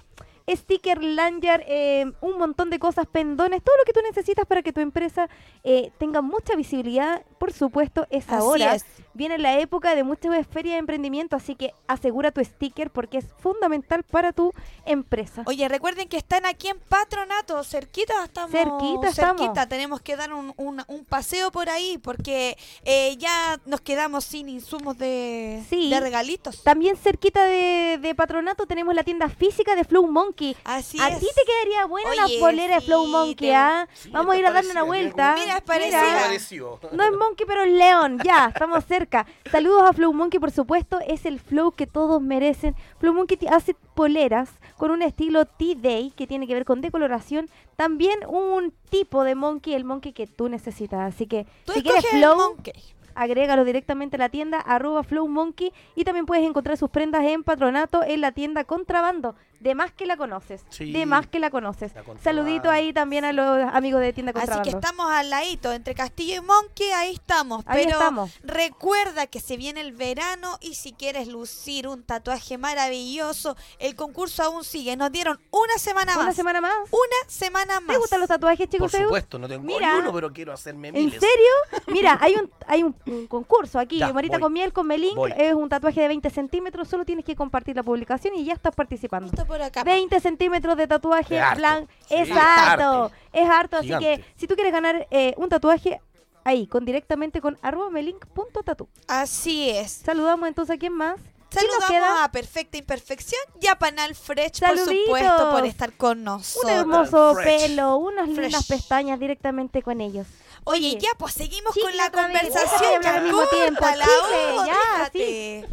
sticker, lanyard, eh, un montón de cosas, pendones, todo lo que tú necesitas para que tu empresa eh, tenga mucha visibilidad, por supuesto, es
Así
ahora.
es.
Viene la época de muchas ferias de emprendimiento, así que asegura tu sticker porque es fundamental para tu empresa.
Oye, recuerden que están aquí en Patronato, cerquita estamos.
Cerquita estamos.
cerquita, tenemos que dar un, un- un paseo por ahí porque eh, ya nos quedamos sin insumos de,
Sí.
de regalitos.
También cerquita de, de Patronato tenemos la tienda física de Flow Monkey.
Así
a
es.
ti te quedaría buena la
Oye,
polera de
sí,
Flow Monkey,
te-
¿ah?
Sí,
Vamos a
está
ir a darle
parecida,
una
tiene
vuelta.
como-
Mira, es
Sí,
Mira.
parecido.
No es Monkey, pero es León. Ya, estamos cerca. Saludos a Flow Monkey, por supuesto. Es el flow que todos merecen. Flow Monkey ti- hace poleras con un estilo T-Day que tiene que ver con decoloración. También un tipo de monkey, el monkey que tú necesitas. Así que
Tú
si quieres
escoges el
flow,
monkey.
agrégalo directamente a la tienda arroba Flow Monkey. Y también puedes encontrar sus prendas en patronato en la tienda contrabando. De más que la conoces.
Sí.
De más que la conoces.
La Contrabando.
Saludito ahí también a los amigos de tienda
Así
contrabando.
que estamos al ladito, entre Castillo y Monkey, ahí estamos.
Ahí
pero
estamos.
recuerda que se viene el verano y si quieres lucir un tatuaje maravilloso, el concurso aún sigue. Nos dieron una semana
Una
más.
semana más.
Una semana más.
¿Te gustan los tatuajes,
Por
chicos? ¿Te gustan?
supuesto, no tengo
Mira.
ninguno, pero quiero hacerme
¿En
miles.
serio? Mira, hay un hay un, un concurso aquí,
Ya,
Morita
voy.
con miel, con Melink,
Voy.
es un tatuaje de 20 centímetros, solo tienes que compartir la publicación y ya estás participando.
Justo por acá.
20 centímetros de tatuaje
Es harto.
blanco,
Sí,
es
es
harto,
harto.
es harto, así
Gigante.
que si tú quieres ganar eh, un tatuaje, ahí, con directamente con arroba melink.tatu.
Así es.
Saludamos entonces a quién más. ¿Quién nos
Saludamos
queda?
a Perfecta Imperfección y a Panal Fresh, por
Saluditos.
supuesto, por estar con
Un
nosotros.
hermoso
Fresh.
pelo, unas lindas
Fresh.
pestañas directamente con ellos.
Oye, ya, pues seguimos
Chicle
con la
otra vez.
conversación.
Déjame hablar al mismo tiempo,
Corta la
chicle,
voz,
ya,
déjate.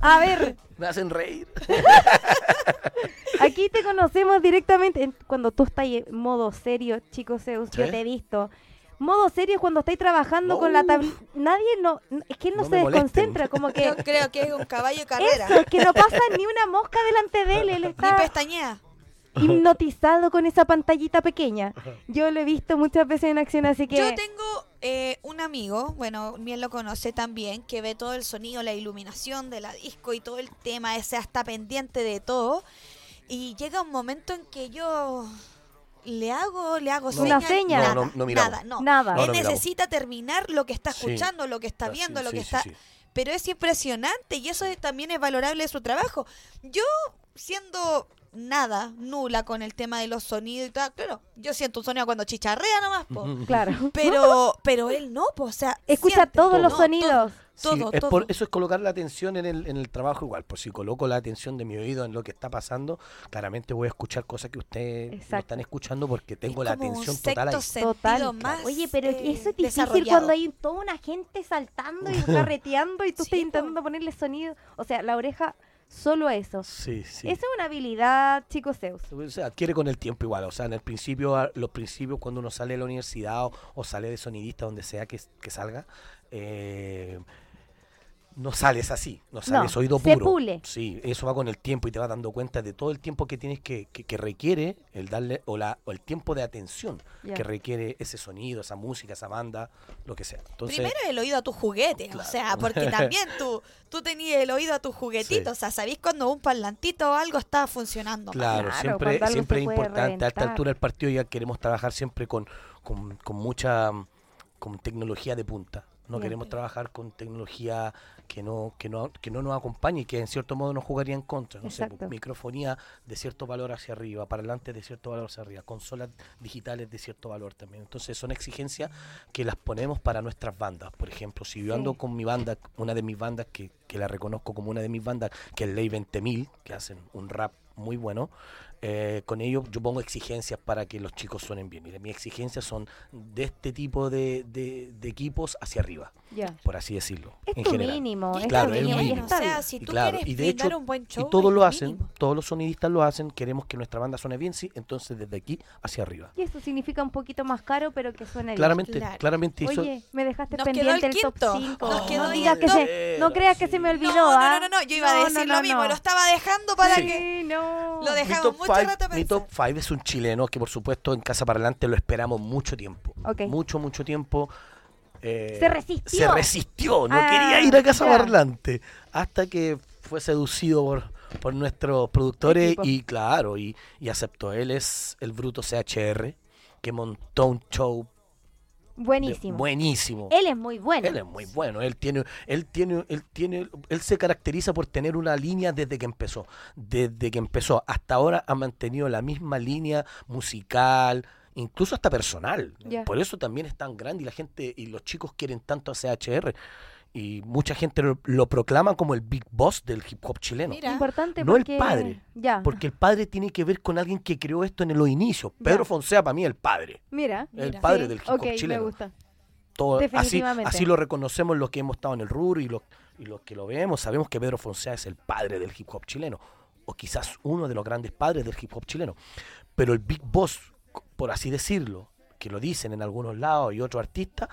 A ver,
Me hacen reír.
Aquí te conocemos directamente en- cuando tú estás en modo serio, chicos Zeus, yo
¿Sí?
te he visto. Modo serio es cuando estáis trabajando con la
Uf.
tabla. Nadie no, n- es que él no,
Oh. No
se
me molesten.
desconcentra, como que
Yo creo que es un caballo de carrera.
eso, es que no pasa ni una mosca delante de él, él
Ni
está
pestañea.
hipnotizado con esa pantallita pequeña. Yo lo he visto muchas veces en acción, así que
Yo tengo eh, un amigo, bueno, bien lo conoce también, que ve todo el sonido, la iluminación de la disco y todo el tema, ese hasta pendiente de todo. Y llega un momento en que yo le hago, le hago
Una seña.
nada,
No, no, no miramos.
nada, no.
nada.
No,
Él
no miramos.
necesita terminar lo que está
Sí.
escuchando, lo que está
Así,
viendo, lo
sí,
que
sí,
está...
sí.
Pero es impresionante y eso es- también es valorable de su trabajo. Yo, siendo nada, nula con el tema de los sonidos y tal. Claro, yo siento un sonido cuando chicharrea nomás, po.
Claro.
Pero, pero él no, po, o sea,
Escucha
siente,
todos
po,
los
no,
sonidos.
Sí,
Todo, todo.
es por- eso es colocar la atención en el, en el trabajo igual. Por si coloco la atención de mi oído en lo que está pasando, claramente voy a escuchar cosas que ustedes no
Exacto.
están escuchando porque
todo.
tengo la
Es como un
atención
sexto
total ahí.
sentido
Total,
más,
Oye, pero
eh,
eso es difícil
desarrollado.
cuando hay toda una gente saltando y
Carreteando y tú estás
Sí, po.
intentando ponerle sonido. O sea, la oreja solo a eso.
Sí, sí.
Esa es una habilidad, chicos Zeus.
O sea, adquiere con el tiempo igual. O sea, en el principio, a- los principios cuando uno sale de la universidad o, o sale de sonidista, donde sea que, que salga, eh, no sales así, no sales oído
se
puro.
pule.
Sí, eso va con el tiempo y te vas dando cuenta de todo el tiempo que tienes que, que, que requiere el darle o, la, o el tiempo de atención
Ya.
que requiere ese sonido, esa música, esa banda, lo que sea. Entonces,
Primero el oído a tus juguetes, o sea, porque también tú, tú tenías el oído a tus juguetitos,
Sí.
o sea, sabís cuando un parlantito o algo está funcionando. mal.
Claro,
Claro,
siempre,
cuando algo
siempre
se
es
puede
importante. A esta
reventar.
altura del partido ya queremos trabajar siempre con, con, con mucha mm, con tecnología de punta. No
Bien.
queremos trabajar con tecnología que no, que no que no nos acompañe y que en cierto modo nos jugaría en contra. No sé, pues,
Exacto.
microfonía de cierto valor hacia arriba, parlantes de cierto valor hacia arriba, consolas digitales de cierto valor también. Entonces son exigencias que las ponemos para nuestras bandas. Por ejemplo, si yo ando
Sí.
con mi banda, una de mis bandas que, que la reconozco como una de mis bandas, que es Ley 20.000, que hacen un rap muy bueno, eh, con ello yo pongo exigencias para que los chicos suenen bien. Mira, mis exigencias son de este tipo de, de- de equipos hacia arriba,
Ya.
por así decirlo.
Es
en
tu
general.
mínimo.
Y
es
claro,
tu
es
bien,
mínimo, y
mínimo.
O
está bien.
sea, si
Y
tú
claro,
quieres
y de
brindar
hecho-
un buen show,
y todos
es
lo hacen,
mínimo.
todos los sonidistas lo hacen, queremos que nuestra banda suene bien, sí, entonces desde aquí hacia arriba.
Y eso significa un poquito más caro, pero que suena bien.
Claramente,
Claro.
claramente eso-
Oye, me dejaste
Nos quedó
pendiente
el
el, top
quinto.
5.
Nos quedó
no,
el
digas que se,
quinto.
no creas que se me
No,
olvidó.
no,
¿ah?
no, no, no, yo iba a
No,
decir
no,
lo
no,
mismo,
no.
lo estaba dejando para
Sí.
que
Sí, no.
lo
Mi
dejamos
top
mucho
five-
rato
Mi top
pensar.
5 es un chileno que, por supuesto, en Casa Parlante lo esperamos mucho tiempo.
Ok.
Mucho, mucho tiempo. Eh,
Se resistió.
Se resistió, no
Ah,
quería ir a Casa
ya.
Parlante. Hasta que fue seducido por, por nuestros productores
Equipo.
y, claro, y, y aceptó. Él es el bruto CHR que montó un show de-
Buenísimo.
buenísimo.
Él es muy bueno.
Él es muy bueno, él tiene, él tiene, él tiene, él se caracteriza por tener una línea desde que empezó. Desde que empezó hasta ahora ha mantenido la misma línea musical, incluso hasta personal.
Ya.
Por eso también es tan grande y la gente y los chicos quieren tanto a CHR. Y mucha gente lo, lo proclama como el big boss del hip hop chileno.
Mira.
Importante
No el
porque...
padre,
Ya.
Porque el padre tiene que ver con alguien que creó esto en los inicios.
Ya.
Pedro Fonseca para mí es el padre.
Mira.
El
Mira.
padre
Sí,
del hip hop
Ok, me
chileno
gusta.
todo- así,
Definitivamente.
así lo reconocemos los que hemos estado en el rubro y los, y los que lo vemos. Sabemos que Pedro Fonseca es el padre del hip hop chileno, o quizás uno de los grandes padres del hip hop chileno. Pero el Big Boss, c- por así decirlo, que lo dicen en algunos lados y otros artistas,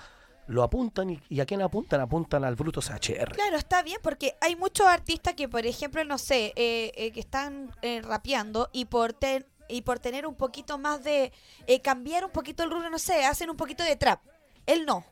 lo apuntan y, y a quién apuntan? Apuntan al Bruto HR.
Claro, está bien, porque hay muchos artistas que, por ejemplo, no sé, eh, eh, que están eh, rapeando y por ten- y por tener un poquito más de eh, cambiar un poquito el rubro, no sé, hacen un poquito de trap. Él no.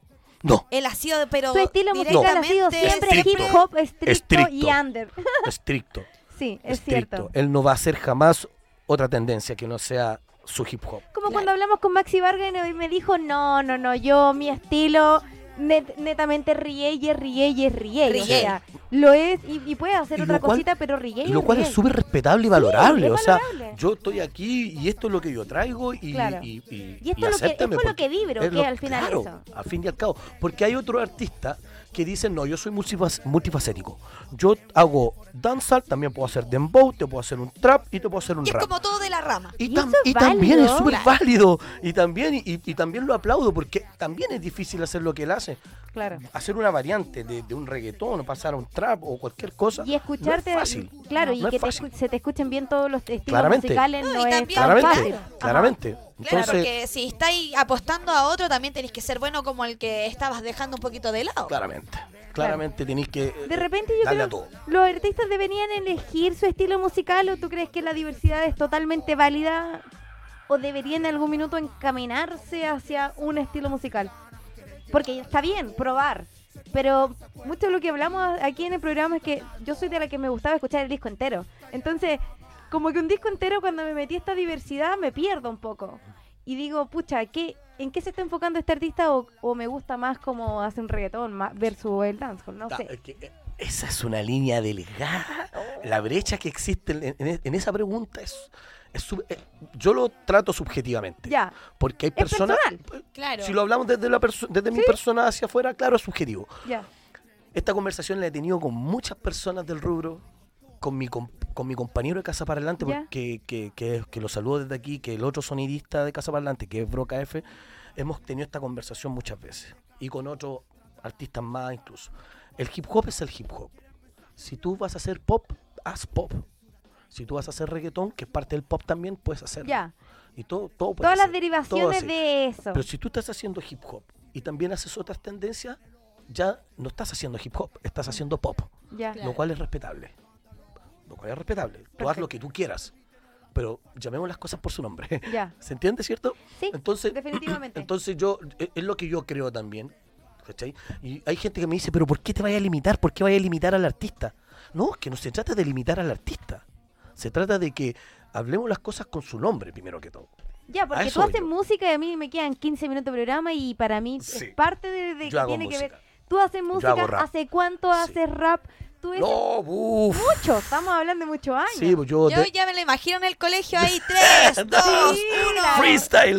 No,
Él ha sido, pero
Su estilo musical ha sido
directamente-
siempre
Estricto.
hip hop estricto, y
Estricto.
under.
estricto.
Sí, es
estricto.
cierto.
Él no va a hacer jamás otra tendencia que no sea su hip hop.
Como
Claro.
cuando hablamos con Maxi Vargas y no- y me dijo, no, no, no, yo, mi estilo net- netamente rielle, rielle, rielle. O
Rielle.
sea, lo es y, y puede hacer
Y
otra
lo cual-
cosita, pero rielle.
Y lo cual es
rielle.
súper respetable y valorable.
es
o sea,
valorable.
yo estoy aquí y esto es lo que yo traigo y,
Claro.
y, y,
Y esto es lo que-
acéptame
es por lo
porque
que vibro,
es
que al final
claro,
eso.
al fin y al cabo. Porque hay otro artista que dicen, no, yo soy multifac- multifacético. Yo hago danzal, también puedo hacer dembow, te puedo hacer un trap y te puedo hacer un
que es
rap.
como todo de la rama.
Y,
Y
tam-
eso es
y también es
válido.
súper válido. Y también, y, y también lo aplaudo porque también es difícil hacer lo que él hace.
Claro.
Hacer una variante de, de un reggaetón o pasar a un trap o cualquier cosa.
Y escucharte,
no es fácil.
claro, y
No es
que te
fácil.
escu- se te escuchen bien todos los estilos
Claramente.
musicales,
No,
no,
y
es
también-
tan
Claramente,
fácil. Ajá.
claramente.
Claro,
Entonces,
porque si estáis apostando a otro, también tenéis que ser bueno como el que estabas dejando un poquito de lado.
claramente, claramente tenéis que eh,
De repente yo
darle a
creo
todo.
los artistas deberían elegir su estilo musical o tú crees que la diversidad es totalmente válida o deberían en algún minuto encaminarse hacia un estilo musical. Porque está bien probar, pero mucho de lo que hablamos aquí en el programa es que yo soy de la que me gustaba escuchar el disco entero. Entonces, como que un disco entero cuando me metí a esta diversidad me pierdo un poco. Y digo, pucha, ¿qué, ¿en qué se está enfocando este artista? O, o me gusta más como hace un reggaetón ma- versus el dancehall, no
Ta-
sé.
es que, eh, Esa es una línea delgada la brecha que existe en, en- en esa pregunta es, es sub- eh, yo lo trato subjetivamente.
Ya.
Porque hay
Es
personas.
personal.
Claro.
Si lo hablamos desde, la perso- desde mi
Sí.
persona hacia afuera, claro, es subjetivo.
Ya.
Esta conversación la he tenido con muchas personas del rubro, con mi, com- con mi compañero de Casa para Adelante,
Ya.
porque, que, que- que lo saludo desde aquí, que el otro sonidista de Casa para Adelante, que es Broca F, hemos tenido esta conversación muchas veces. Y con otros artistas más incluso. El hip hop es el hip hop. Si tú vas a hacer pop, haz pop. Si tú vas a hacer reggaetón, que es parte del pop también, puedes hacerlo.
Ya.
Y todo, todo puede
Todas las
hacer, todo
derivaciones
así.
de eso.
Pero si tú estás haciendo hip hop y también haces otras tendencias, ya no estás haciendo hip hop, estás haciendo pop,
Ya.
Claro.
lo cual es respetable. Lo cual es respetable. Tú haz
Perfecto.
lo que tú quieras, pero llamemos las cosas por su nombre.
Ya.
¿Se entiende, cierto?
Sí,
entonces,
definitivamente.
Entonces yo, e- es lo que yo creo también. ¿cachai? Y hay gente que me dice, pero ¿por qué te vayas a limitar? ¿Por qué vayas a limitar al artista? No, es que no se trata de limitar al artista. Se trata de que hablemos las cosas con su nombre, primero que todo.
Ya, porque tú
eso voy
haces
yo.
música y a mí me quedan 15 minutos de programa y para mí
Sí.
es parte de, de
Yo
que
hago
tiene que
música.
ver. Tú haces música,
hago rap.
¿hace cuánto
Sí.
haces rap? Tú eres
No, uff.
mucho, estamos hablando de muchos años.
Sí, pues yo...
Yo
de-
ya me lo imagino en el colegio ahí. Tres, dos, uno.
Freestyle.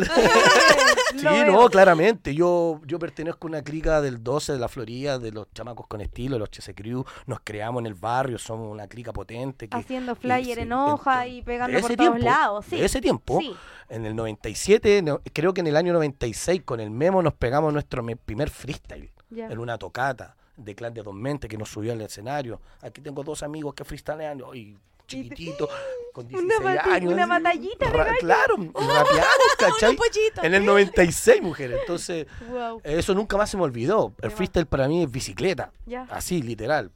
Lo
sí,
veo.
no, claramente. Yo, yo pertenezco a una clica del 12 de la Florida, de los chamacos con estilo, los Chese Crew. Nos creamos en el barrio, somos una clica potente. que-
Haciendo
y
flyer
sí,
en hoja
entonces,
y pegando
de
por
ese
todos
tiempo,
lados. Sí.
de ese tiempo,
Sí.
en el 97, no- creo que en el año 96, con el memo nos pegamos nuestro me- primer freestyle
Ya.
en una tocata de Clan de Tormente que nos subió al escenario. Aquí tengo dos amigos que freestylean y chiquitito, con 16
bati-
años.
una
así,
batallita de
ra-
gallo.
Claro, y rapeamos, ¿cachai?
pollitos.
en el 96, mujeres. Entonces, eh,
Wow.
eso nunca más se me olvidó. El freestyle para mí es bicicleta.
Ya.
Así, literal.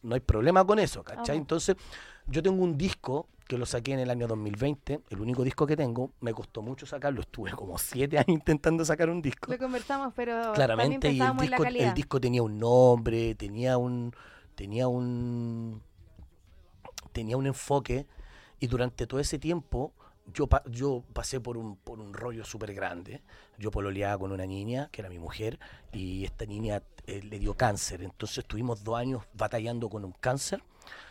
No hay problema con eso, ¿cachai?
Ajá.
Entonces, yo tengo un disco que lo saqué en el año 2020, el único disco que tengo. Me costó mucho sacarlo, estuve como siete años intentando sacar un disco.
Lo conversamos, pero también
Claramente, y el
pensábamos en la
disco,
calidad.
el disco tenía un nombre, tenía un, tenía un, tenía un enfoque, y durante todo ese tiempo yo, pa- yo pasé por un, por un rollo súper grande. Yo pololeaba con una niña, que era mi mujer, y esta niña eh, le dio cáncer, entonces estuvimos dos años batallando con un cáncer.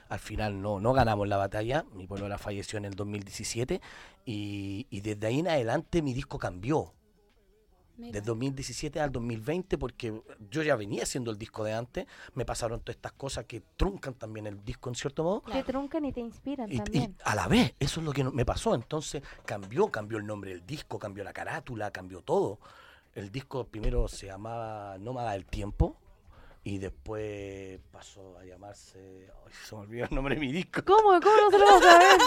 Al final no, no ganamos la batalla, mi polola falleció en el 2017 y, y desde ahí en adelante mi disco cambió.
Mira.
Desde 2017 al 2020, porque yo ya venía haciendo el disco de antes, me pasaron todas estas cosas que truncan también el disco en cierto modo.
Te truncan y te inspiran
Y, y
también.
a la vez, eso es lo que no- me pasó. Entonces cambió, cambió el nombre del disco, cambió la carátula, cambió todo. El disco primero se llamaba Nómada del Tiempo y después pasó a llamarse... ay, se me olvidó el nombre de mi disco.
¿Cómo? ¿Cómo no se lo vamos a ver?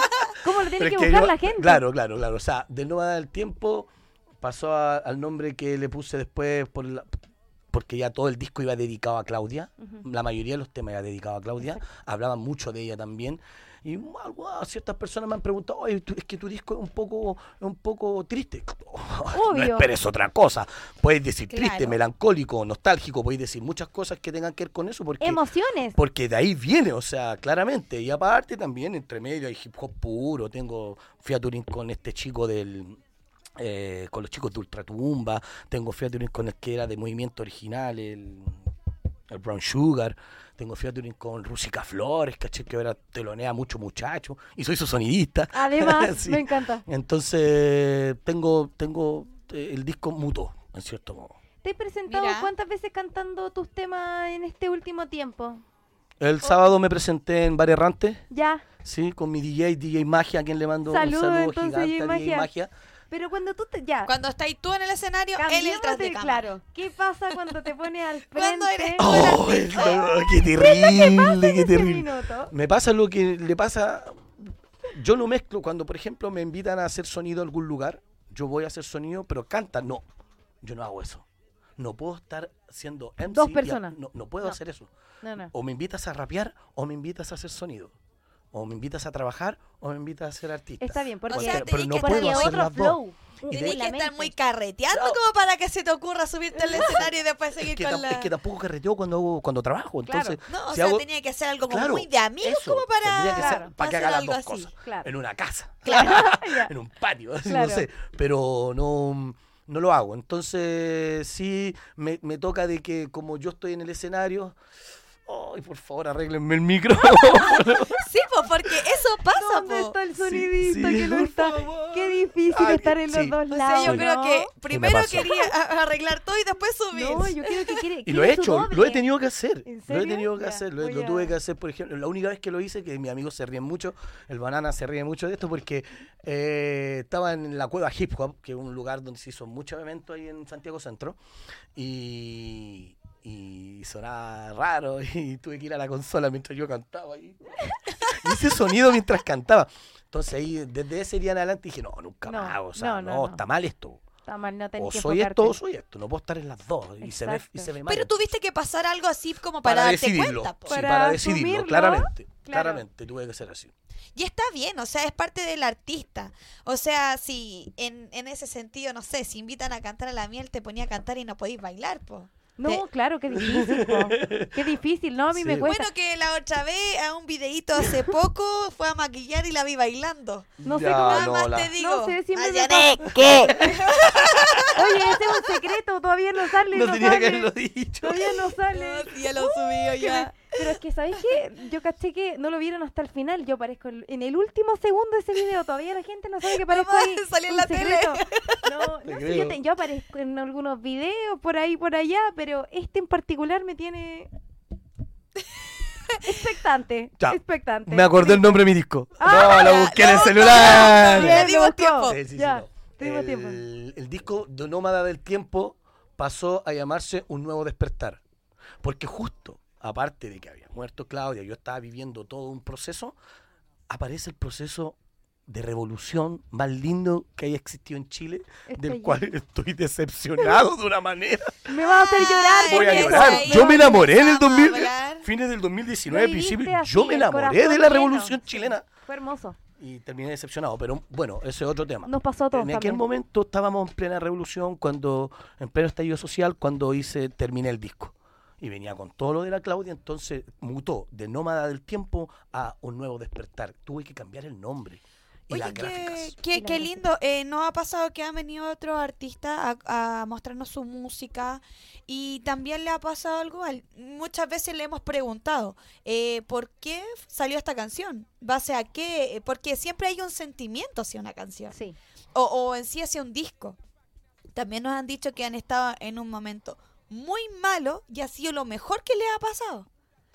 ¿Cómo lo tiene
Pero
que
es
buscar
no-
la gente?
Claro, claro, claro. O sea, de Nómada del Tiempo pasó a- al nombre que le puse después por la- porque ya todo el disco iba dedicado a Claudia.
Ujú.
La mayoría de los temas iba dedicado a Claudia. Hablaban mucho de ella también. Y algo- a ciertas personas me han preguntado, "Oye, tú- es que tu disco es un poco, es un poco triste. No
Obvio.
esperes otra cosa. Puedes decir triste,
Claro.
melancólico, nostálgico, puedes decir muchas cosas que tengan que ver con eso porque
Emociones.
porque de ahí viene, o sea, claramente. Y aparte también, entre medio, hay hip hop puro. Tengo featuring con este chico del... eh, con los chicos de Ultratumba. Tengo featuring con el que era de Movimiento Original, el, el Brown Sugar. Tengo featuring con Rusica Flores, caché que ahora telonea mucho muchacho. Y soy su sonidista.
Además,
Sí.
me encanta.
Entonces, tengo, tengo eh, el disco mutuo, en cierto modo.
¿Te he presentado
Mira.
cuántas veces cantando tus temas en este último tiempo?
El sábado me presenté en Bar Errante.
Ya.
Sí, con mi DJ, DJ Magia, a quien le mando
Saludos,
un saludo
entonces,
gigante
DJ
a DJ Magia.
Pero cuando tú te. Ya.
Cuando estáis tú en el escenario, él
Cambiémonos
detrás de
de-
cámara.
claro. ¿Qué pasa cuando te pones al frente?
Cuando eres tú.
¡Oh,
Hola, chico.
no, qué terrible, qué
Ese
terrible!
minuto.
Me pasa lo que le pasa... Yo no mezclo cuando, por ejemplo, me invitan a hacer sonido a algún lugar. Yo voy a hacer sonido, pero canta. No, yo no hago eso. No puedo estar siendo MC.
Dos
y a-
personas.
no, no puedo
No.
hacer eso.
No, no.
O me invitas a rapear o me invitas a hacer sonido. O me invitas a trabajar o me invitas a ser artista.
Está bien, porque-
O sea,
Cualquiera, pero
tenés
no
que
puedo
tener
hacer
otro
las dos.
flow.
Y
Tenés
de-
que estar
Claramente.
muy carreteando
Claro.
como para que se te ocurra subirte al escenario y después
Es
seguir
que,
con
tam-
la...
es que tampoco carreteo cuando, hago- cuando trabajo.
Claro.
Entonces,
No, o
si
sea,
hago-
tenía que hacer algo como
Claro,
muy de amigos,
eso,
como para...
tendría que ser
Claro.
para que
hacer
haga las
algo
dos
así.
cosas.
Claro.
En una casa.
Ya.
en un patio. así,
Claro.
No sé. Pero no, no lo hago. Entonces, sí me, me toca de que como yo estoy en el escenario, ¡Ay, por favor, arréglenme el micro!
Sí, pues, porque eso pasa,
¿Dónde
po.
está el
Sí,
sonidista
sí,
que no
por
está?
favor.
Qué difícil
Ay,
estar en los
sí.
dos
O
lados.
sea, yo creo
¿no?
que primero
pasó.
quería a- arreglar todo y después subir.
No, yo creo que quiere.
Y lo
quiere
he
su
hecho, lo he
doble.
tenido que hacer.
¿En
Lo he
serio?
tenido que
Ya,
hacer, lo,
voy
lo
a-
tuve que hacer, por ejemplo. La única vez que lo hice, que mis amigos se ríen mucho, el banana se ríe mucho de esto, porque eh, estaba en la cueva Hip Hop, que es un lugar donde se hizo muchos eventos ahí en Santiago Centro, y, y sonaba raro, y tuve que ir a la consola mientras yo cantaba. ahí. Y hice sonido mientras cantaba. Entonces ahí, desde ese día en adelante, dije, no, nunca
No,
más, o sea,
no, no,
no,
no.
está mal esto.
Está mal, no tenés
O
que
soy
enfocarte.
esto o soy esto, no puedo estar en las dos, y se ve, y
Exacto.
se ve mal.
Pero tuviste que pasar algo así como para,
para,
darte
decidirlo.
cuenta, po.
sí,
Para
para, decidirlo,
asumirlo,
claramente.
claro.
Claramente, tuve que ser así.
Y está bien, o sea, es parte del artista. O sea, si en, en ese sentido, no sé, si invitan a cantar a la miel, te ponía a cantar y no podís bailar, po.
No,
Eh.
claro, qué difícil. po. Qué difícil, no, a mí
Sí.
me cuesta.
Bueno, que la otra vez a un videíto hace poco fue a maquillar y la vi bailando.
No sé
Ya,
cómo-
Nada
no,
más
la-
te digo.
sé, siempre me
Mayanek,
Oye, ese es un secreto, todavía no sale. No,
No tenía que
sale,
haberlo dicho.
Todavía no sale.
no, ya lo subí ya.
Pero es que, ¿sabéis qué? Yo caché que no lo vieron hasta el final. Yo aparezco el- en el último segundo de ese video. Todavía la gente no sabe que parezco
Mamá,
ahí.
salí en
Un
la tele.
secreto. No,
Te
no sé,
creo.
yo, te- yo aparezco en algunos videos, por ahí, por allá, pero este en particular me tiene... Expectante,
Ya,
expectante.
Me acordé el nombre de mi disco.
Ah,
no,
ya,
lo busqué en
lo
el
buscó,
celular.
ya,
Bien,
dimos
lo buscó.
tiempo.
Sí, sí, sí,
ya,
no.
tuvimos tiempo.
El, el disco de Nómada del Tiempo pasó a llamarse Un Nuevo Despertar. Porque justo, aparte de que había muerto Claudia, yo estaba viviendo todo un proceso, aparece el proceso de revolución más lindo que haya existido en Chile,
Estoy
del cual estoy decepcionado de una manera.
Me va a hacer llorar.
Ay,
Voy a
porque-
llorar.
ahí
Yo me enamoré en el
empezamos a
2000,
hablar.
fines del
Lo
2019,
viviste
principio.
así,
Yo me
el
enamoré de
corazón
la
lleno.
revolución chilena
Fue hermoso.
y terminé decepcionado. Pero bueno, ese es otro tema.
Nos pasó a todos
En aquel
también.
momento estábamos en plena revolución, cuando en pleno estallido social, cuando hice terminé el disco. Y venía con todo lo de la Claudia, entonces mutó de Nómada del Tiempo a Un Nuevo Despertar. Tuve que cambiar el nombre y
Oye,
las
qué,
gráficas.
Y
qué,
las
qué
gráficas.
lindo. Eh, ¿No ha pasado que han venido otros artistas a, a mostrarnos su música? Y también le ha pasado algo. al- Muchas veces le hemos preguntado, eh, ¿por qué salió esta canción? ¿Base a qué? Eh, Porque siempre hay un sentimiento hacia una canción.
Sí.
O, o en sí hacia un disco. También nos han dicho que han estado en un momento muy malo y ha sido lo mejor que les ha pasado.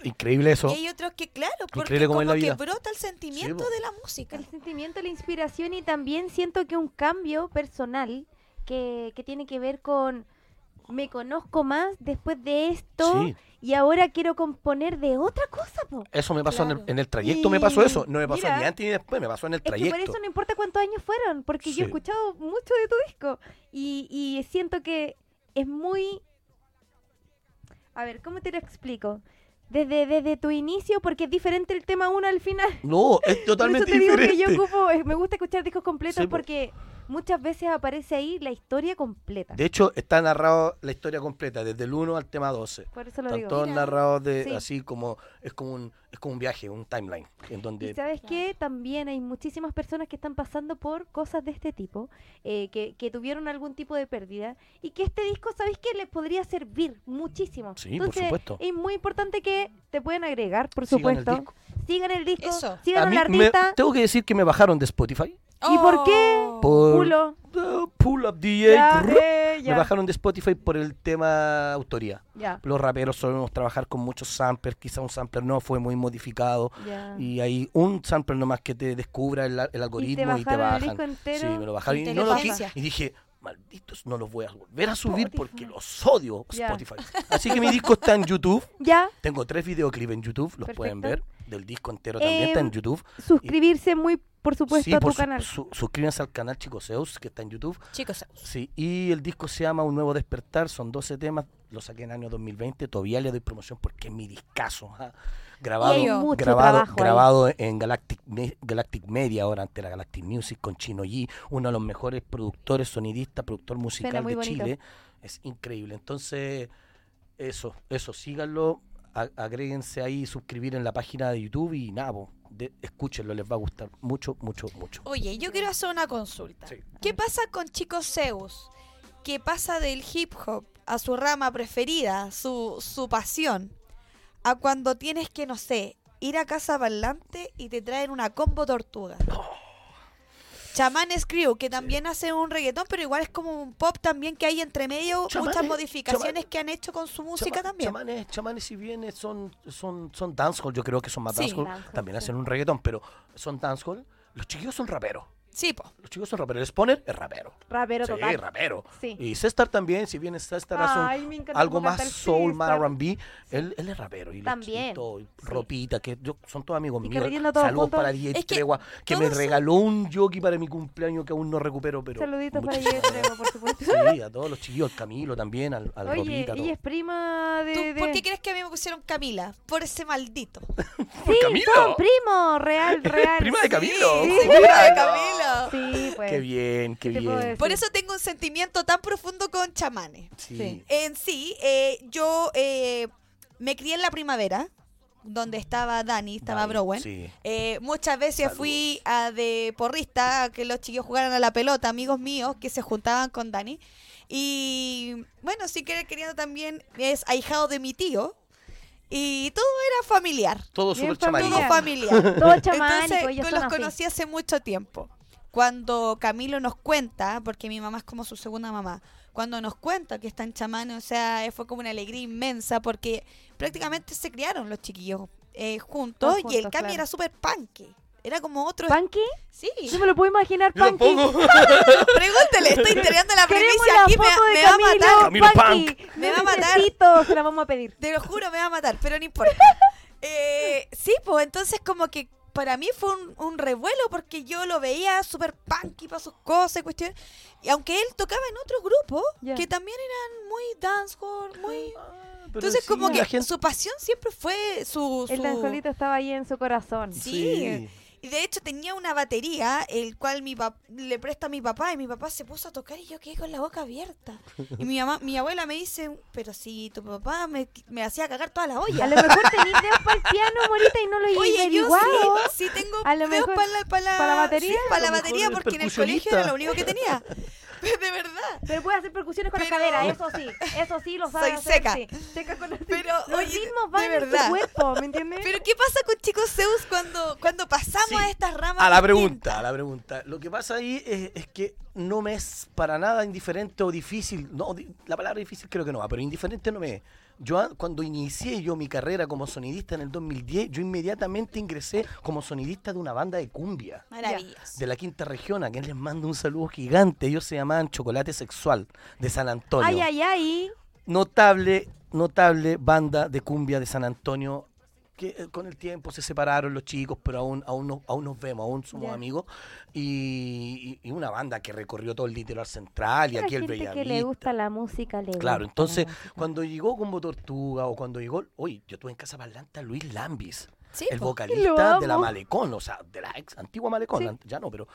Increíble eso.
Y hay otros que, claro, porque
Increíble cómo
como
es la
que
vida.
brota el sentimiento
po.
de la música.
El sentimiento, la inspiración y también siento que un cambio personal que, que tiene que ver con me conozco más después de esto
Sí.
y ahora quiero componer de otra cosa. po.
Eso me pasó en, el,
Claro.
en el trayecto, me pasó
Y-
eso. No me pasó
mira.
ni antes ni después, me pasó en el
Es que por
trayecto.
eso no importa cuántos años fueron, porque yo
Sí.
he escuchado mucho de tu disco y, y siento que es muy... A ver, ¿cómo te lo explico? Desde, desde tu inicio, porque es diferente el tema uno al final.
No, es
Por eso
totalmente
te digo
diferente.
que yo ocupo, eh, me gusta escuchar discos completos
Sí, po.
porque muchas veces aparece ahí la historia completa.
De hecho, está narrado la historia completa, desde el 1 al tema 12.
Por eso lo
Están
digo.
todos
Mira.
narrados de,
Sí.
así como es como un es como un viaje, un timeline en
Y
donde
sabes que también hay muchísimas personas que están pasando por cosas de este tipo, eh, que, que tuvieron algún tipo de pérdida, y que este disco, ¿sabes qué? Les podría servir muchísimo.
Sí, por supuesto.
Es muy importante que te puedan agregar, por
Sigan el
supuesto.
disco.
Sigan el disco,
Eso.
sigan
A
al
mí me-
artista.
tengo que decir que me bajaron de Spotify
¿Y por qué?
Oh.
por
Pulo.
Ah, Pull Up DJ.
Ya,
brr.
eh,
Me
ya,
bajaron de Spotify por el tema autoría.
ya,
Los raperos solemos trabajar con muchos samplers, quizá un sampler no fue muy modificado
ya.
y hay un sampler nomás que te descubra el, el algoritmo y te,
bajaron el
bajan.
disco entero
sí, me lo bajaron
y
y,
te
no
lo
lo
bajan.
quise. y dije, malditos, no los voy a volver a subir
Spotify.
porque los odio
Ya.
Spotify. Así que mi disco está en YouTube.
Ya,
Tengo tres videoclips en YouTube, los pueden ver.
Perfecto.
Del disco entero también está en
Em,
YouTube.
suscribirse muy, por supuesto,
Sí,
a tu
por su-
canal.
su- suscríbanse al canal Chicos Zeus, que está en YouTube.
Chicos,
Sí, y el disco se llama Un Nuevo Despertar, son 12 temas, lo saqué en el año 2020, todavía le doy promoción porque es mi discazo. ajá.
Y hay
Grabado,
mucho
grabado,
trabajo ahí.
grabado en Galactic, Me- Galactic Media, ahora ante la Galactic Music, con Chino G, uno de los mejores productores, sonidistas, productor musical
muy
de
bonito.
Chile. Es increíble. Entonces, eso, eso, síganlo, a- agréguense ahí, suscribir en la página de YouTube y nada, po, de- escúchenlo, les va a gustar mucho, mucho, mucho.
Oye, yo quiero hacer una consulta.
Sí.
¿Qué pasa con Chico Zeus? ¿Qué pasa del hip hop a su rama preferida, su, su pasión, a cuando tienes que, no sé, ir a casa parlante y te traen una combo tortuga.
Oh.
Chamán Crew, que también hace un reggaetón, pero igual es como un pop también que hay entre medio,
Chamán
muchas
es-
modificaciones
chamán-
que han hecho con su música
eh, Chama-
también.
Chamanes, chamanes si bien es- son, son, son dancehall, yo creo que son más
Sí,
dancehall,
dancehall,
también
sí.
hacen un reggaetón, pero son dancehall. Los chiquillos son raperos.
Sí, po.
Los chicos son raperos. El Spawner es rapero.
Rapero
sí,
total.
rapero.
Sí.
Y Cestar también, si bien Cestar hace un-
Ay, me encanta
algo
cómo
más
canta el
soul, más
César.
R&B, él, él es rapero. Y los
También,
chiquitos, y ropita, que yo- son todos amigos
Y
míos.
carreteando todos
Saludos
juntos.
para DJ
Es que
Tregua, que me
todos son-
regaló un jockey para mi cumpleaños que aún no recupero, pero...
Saluditos para
muchísimas
Yeye
gracias.
Trevo, por supuesto.
Sí, a todos los chiquillos, al Camilo también, al, al
Oye,
ropita, a
ella
todos.
es prima de...
¿Tú
de-
¿Por qué crees que a mí me pusieron Camila? Por ese maldito.
Oh. ¡Por
Sí,
Camilo!
son primo, real,
Eres
real.
prima de Camilo.
Sí,
Sí,
por
mira.
Camila.
Sí, pues.
¡Qué bien, qué
¿Qué te puedo
bien!
decir?
Por eso tengo un sentimiento tan profundo con chamanes.
Sí.
Sí.
En sí, eh, yo eh, me crié en la primavera, donde estaba Dani, estaba
Dani,
Browen.
sí.
Eh, muchas veces
Saludos.
fui a de porrista, a que los chicos jugaran a la pelota, amigos míos que se juntaban con Dani. Y bueno, sí que queriendo también es ahijado de mi tío. Y todo era familiar,
Todo
Bien
súper
familiar.
chamarito.
todo familiar.
Todo chamánico,
Entonces,
ellos
yo
son
los
así.
conocí hace mucho tiempo. Cuando Camilo nos cuenta, porque mi mamá es como su segunda mamá, cuando nos cuenta que está en chamán, o sea, eh, fue como una alegría inmensa porque prácticamente se criaron los chiquillos eh, juntos,
Todos
y el
juntos,
Cami
claro.
era súper panque. Era como otro.
¿Panqui?
sí.
Yo me lo puedo imaginar,
Yo
Panqui.
tampoco.
Pregúntele, estoy entregando la
Queremos
primicia
la
aquí, me,
foto de
me va a
Camilo,
matar.
Camilo
Panqui.
Me
No
va a matar.
necesito, se la vamos a pedir.
Te lo juro, me va a matar, pero no importa. Eh, sí, pues entonces como que para mí fue un, un revuelo porque yo lo veía súper punky para sus cosas y cuestiones. Y aunque él tocaba en otro grupo,
Ya.
que también eran muy dancehall, muy...
Ah, pero
Entonces
sí,
como
la
que
gente-
su pasión siempre fue su...
El
su-
danzolito estaba ahí en su corazón.
Sí. Y de hecho tenía una batería, el cual mi pap- le presta a mi papá, y mi papá se puso a tocar y yo quedé con la boca abierta. Y mi mamá, mi abuela me dice, pero si tu papá me, me hacía cagar toda la olla.
A lo mejor tenís dedos para el piano, Morita, y no lo
Oye, yo
averiguado.
sí, sí tengo
A lo
dedos
mejor-
para la, para la,
para la batería.
sí, para la
A lo mejor
batería
eres
porque en el colegio era
percusionista.
lo único que tenía. de verdad.
Pero puede hacer percusiones con
Pero-
la cadera, eso sí. Eso sí, lo
Soy
sabe hacer,
seca.
sí. Seca con la-
Pero,
Los
oye,
ritmos
de
van en
verdad.
tu cuerpo, ¿me entiendes?
Pero ¿qué pasa con chicos Zeus cuando, cuando pasamos
Sí.
a estas ramas?
A la
distintas?
pregunta, a la pregunta. Lo que pasa ahí es, es que no me es para nada indiferente o difícil. No, di- la palabra difícil creo que no va, pero indiferente no me es. Yo a- cuando inicié yo mi carrera como sonidista en el 2010, yo inmediatamente ingresé como sonidista de una banda de cumbia
Maravillas.
de la quinta región, a quien les mando un saludo gigante. Ellos se llamaban Chocolate Sexual de San Antonio.
Ay, ay, ay.
notable, notable banda de cumbia de San Antonio que eh, con el tiempo se separaron los chicos, pero aún, aún, nos, aún nos vemos, aún somos
Ya.
amigos. Y, y- y una banda que recorrió todo el litoral central y
La
aquí el
gente que le
Bellavista.
gusta la música, le gusta
Claro,
la
entonces
música.
cuando llegó Combo Tortuga o cuando llegó, oye, yo tuve en casa parlante a Luis Lambis,
Sí,
el
po.
vocalista de la
amo.
Malecón, o sea, de la ex antigua Malecón,
Sí.
an- ya no, pero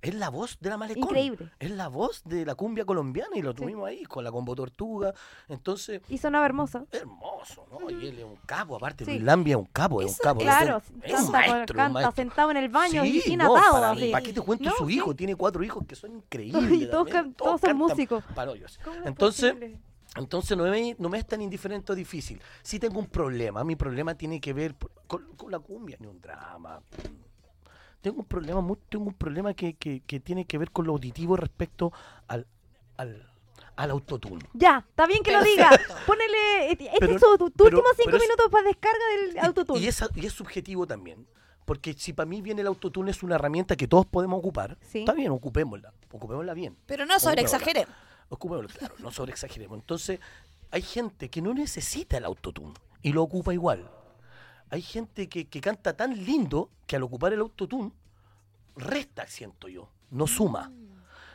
es la voz de la Malecón.
Increíble.
Es la voz de la cumbia colombiana y lo tuvimos ahí con la Combo Tortuga. Entonces,
Y sonaba hermoso.
hermoso, ¿no? Y él es un capo, aparte,
Sí.
Luis Lambia es un capo, es un
Eso-
capo. es
Claro,
un- es un
canta,
maestro,
canta
un maestro.
sentado en el baño,
Sí,
sin
no,
atado.
para,
así.
¿Para qué te cuento
No,
este su
sí.
hijo? Tiene cuatro hijos que son increíbles.
Y todos
también,
can- todos son
cantan
músicos.
parodios.
¿Cómo es
Entonces,
posible?
entonces no me, no me es tan indiferente o difícil. Sí tengo un problema. Mi problema tiene que ver por- con, con la cumbia, ni un drama. Tengo un problema, mu- tengo un problema que, que- que tiene que ver con lo auditivo respecto al, al, al autotune.
Ya, está bien que lo diga.
Perfecto.
Ponele. Este
Pero-
es tu, tu
pero-
último cinco
pero es-
minutos para descarga del
Y-
autotune.
Y, es, y es subjetivo también. Porque si para mí bien el autotune es una herramienta que todos podemos ocupar,
Sí.
está bien, ocupémosla. Ocupémosla bien.
Pero no sobre exageremos.
Ocupémosla, claro, no sobreexageremos. Entonces, hay gente que no necesita el autotune y lo ocupa igual. Hay gente que, que canta tan lindo que al ocupar el autotune resta, siento yo, no suma.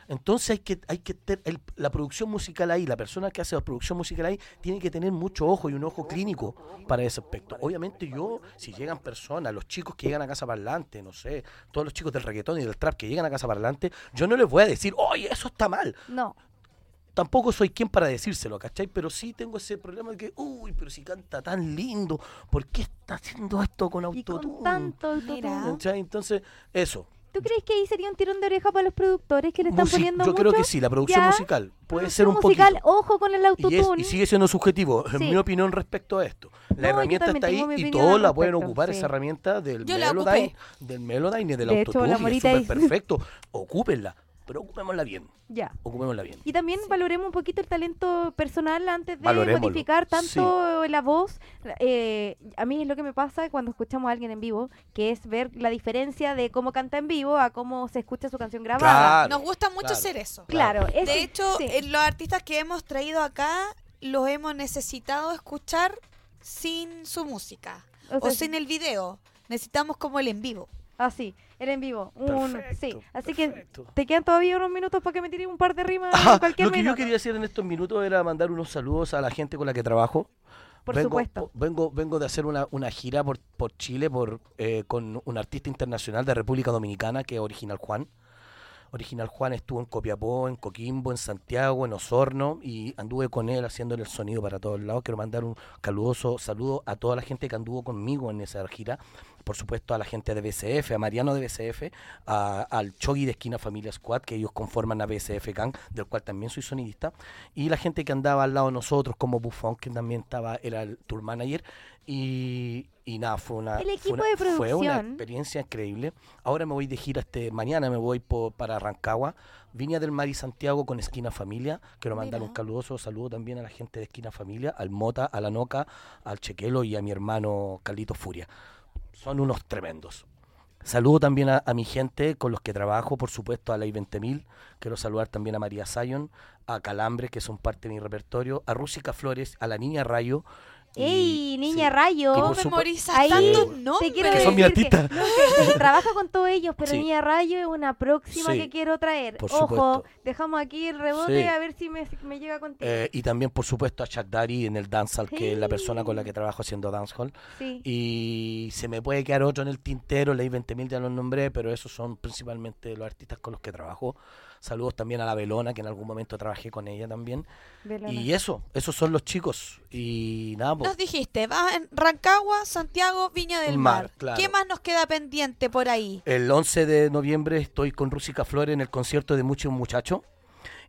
Entonces hay que, hay que ter- el- la producción musical ahí, la persona que hace la producción musical ahí, tiene que tener mucho ojo y un ojo clínico para ese aspecto. Obviamente yo, si llegan personas, los chicos que llegan a Casa Parlante, no sé, todos los chicos del reggaetón y del trap que llegan a Casa Parlante, yo no les voy a decir, oye, eso está mal.
No,
Tampoco soy quien para decírselo, ¿cachai? Pero sí tengo ese problema de que, uy, pero si canta tan lindo, ¿por qué está haciendo esto con
y con
autotune?
tanto
Mira.
autotune.
¿Cachai? Entonces, eso.
¿Tú crees que ahí sería un tirón de oreja para los productores que le están
Musi-
poniendo
yo creo
mucho?
que sí, la producción
ya,
musical. Puede
Producción
ser un
musical,
poquito.
ojo con el
Y, es-
autotune. ¿eh?
y sigue siendo subjetivo, en
Sí.
mi opinión respecto a esto.
No, yo
La herramienta
también
está ahí
tengo mi
y
opinión
todos
al
la pueden
respecto,
ocupar,
sí.
esa herramienta del
Yo la
Melodyne, del Melodyne y del
De hecho, la
autotune, y es
morita
súper
es-
perfecto. Ocúpenla, pero ocupémosla bien,
Ya.
ocupémosla bien.
Y también valoremos un poquito el talento personal antes de
Valoremoslo,
modificar tanto la voz. Eh, a mí es lo que me pasa cuando escuchamos a alguien en vivo, que es ver la diferencia de cómo canta en vivo a cómo se escucha su canción grabada.
Claro,
Nos gusta mucho
claro.
hacer eso.
Claro, es-
De hecho,
sí.
eh, los artistas que hemos traído acá los hemos necesitado escuchar sin su música
O
o,
sea,
sin el video. Necesitamos como el en vivo.
así, el en vivo. Un, sí,
Perfecto,
así
perfecto.
que te quedan todavía unos minutos para que me tires un par de rimas en
Ah,
cualquier
lo que
minuto.
yo quería hacer en estos minutos era mandar unos saludos a la gente con la que trabajo.
Por
vengo,
supuesto.
po- Vengo, vengo de hacer una, una gira por, por Chile por, eh, con un artista internacional de República Dominicana que es Original Juan. Original Juan estuvo en Copiapó, en Coquimbo, en Santiago, en Osorno y anduve con él haciéndole el sonido para todos lados. Quiero mandar un caluroso saludo a toda la gente que anduvo conmigo en esa gira. Por supuesto a la gente de BCF, a Mariano de BCF, a- al Chogui de Esquina Familia Squad, que ellos conforman a BCF Gang, del cual también soy sonidista. Y la gente que andaba al lado de nosotros, como Buffon, que también estaba, era el tour manager. Y, y nada, fue una,
El
fue
equipo
una-
de
fue una
producción.
experiencia increíble. Ahora me voy de gira este mañana, me voy po- para Rancagua, Viña del Mar y Santiago con Esquina Familia. Quiero mandar un
Mira.
caluroso saludo también a la gente de Esquina Familia, al Mota, a la Noca, al Chequelo y a mi hermano Carlito Furia. Son unos tremendos. Saludo también a, a mi gente con los que trabajo, por supuesto a Ley 20.000. Quiero saludar también a María Sayon, a Calambre, que son parte de mi repertorio, a Rúsica Flores, a la Niña Rayo. y-
¡Ey, niña
sí.
Rayo!
Y
¿Cómo
por supu-
memorizas
Ahí
tantos
Te
nombres?
quiero
Que son mi
decir que-
artista.
no, que- que trabajo con todos ellos, pero
Sí.
Niña Rayo es una próxima
Sí,
que quiero traer.
por
Ojo,
supuesto.
dejamos aquí el rebote
Sí.
a ver si me, me llega contigo.
Eh, y también, por supuesto, a Chuck Daddy en el dancehall, que es la persona con la que trabajo haciendo dancehall.
sí.
Y se me puede quedar otro en el tintero, leí 20.000, ya los nombré, pero esos son principalmente los artistas con los que trabajo. Saludos también a la Belona, que en algún momento trabajé con ella también.
Belona.
Y eso, esos son los chicos. Y nada, pues,
Nos dijiste, vas en Rancagua, Santiago, Viña del
Mar,
Mar.
claro.
¿Qué más nos queda pendiente por ahí?
el 11 de noviembre estoy con Rúsica Flores en el concierto de Mucho Muchacho.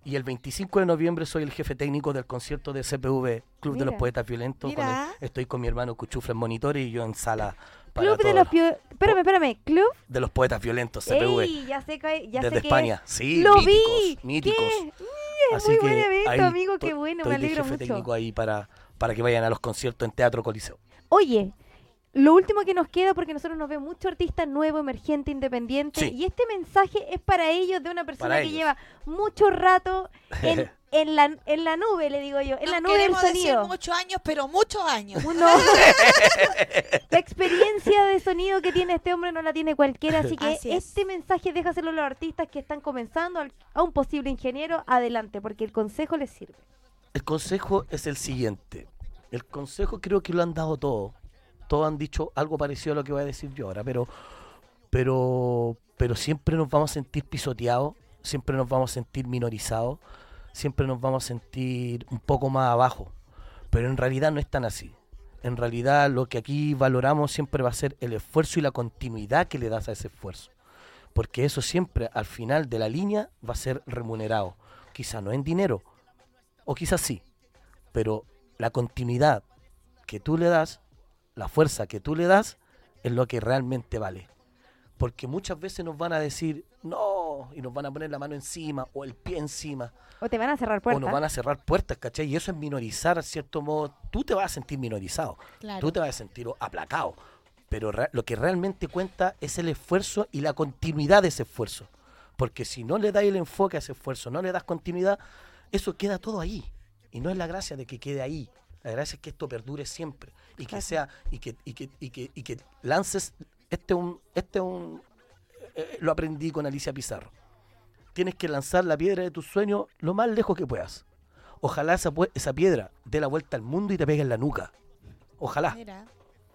Y el 25 de noviembre soy el jefe técnico del concierto de CPV, Club de los
Mira.
Poetas Violentos. con el-
Mira.
estoy con mi hermano Cuchufla en monitores y yo en sala para
Club de
todos
los... pio- Espérame, espérame. Club...
de los Poetas Violentos, CPV.
¡Ey! Ya sé que... Ya
desde
sé que
España. Sí,
¡Lo
míticos,
vi!
míticos.
¿Qué? Es muy buen evento,
ahí
amigo,
to-
qué bueno,
estoy
me
de
alegro
jefe
mucho.
técnico ahí para, para que vayan a los conciertos en Teatro Coliseo.
Oye, lo último que nos queda, porque nosotros nos ve mucho artista nuevo, emergente, independiente,
Sí.
y este mensaje es para ellos de una persona
Para
que
ellos.
lleva mucho rato en, en la, en la nube, le digo yo, en la
no
nube del
queremos decir
sonido.
muchos años, pero muchos años.
Uno- la experiencia de sonido que tiene este hombre no la tiene cualquiera, así que
Así es.
este mensaje déjaselo a los artistas que están comenzando, al- a un posible ingeniero, adelante, porque el consejo les sirve.
El consejo es el siguiente. El consejo creo que lo han dado todos. Todos han dicho algo parecido a lo que voy a decir yo ahora, pero, pero, pero siempre nos vamos a sentir pisoteados, siempre nos vamos a sentir minorizados, siempre nos vamos a sentir un poco más abajo. Pero en realidad no es tan así. En realidad lo que aquí valoramos siempre va a ser el esfuerzo y la continuidad que le das a ese esfuerzo. Porque eso siempre al final de la línea va a ser remunerado. Quizá no en dinero, o quizás sí, pero la continuidad que tú le das, la fuerza que tú le das, es lo que realmente vale. Porque muchas veces nos van a decir no y nos van a poner la mano encima o el pie encima
O te van a cerrar
o nos van
puertas.
a cerrar puertas, ¿cachai? Y eso es minorizar, a cierto modo. Tú te vas a sentir minorizado, tú te vas a sentir aplacado, pero re- lo que realmente cuenta es el esfuerzo y la continuidad de ese esfuerzo. Porque si no le das el enfoque a ese esfuerzo, no le das continuidad, eso queda todo ahí. Y no es la gracia de que quede ahí. La gracia es que esto perdure siempre y que sea y que y que, y que, y que lances este un este un eh, lo aprendí con Alicia Pizarro. Tienes que lanzar la piedra de tus sueños lo más lejos que puedas. Ojalá esa, pue- esa piedra dé la vuelta al mundo y te pegue en la nuca. Ojalá.
Mira,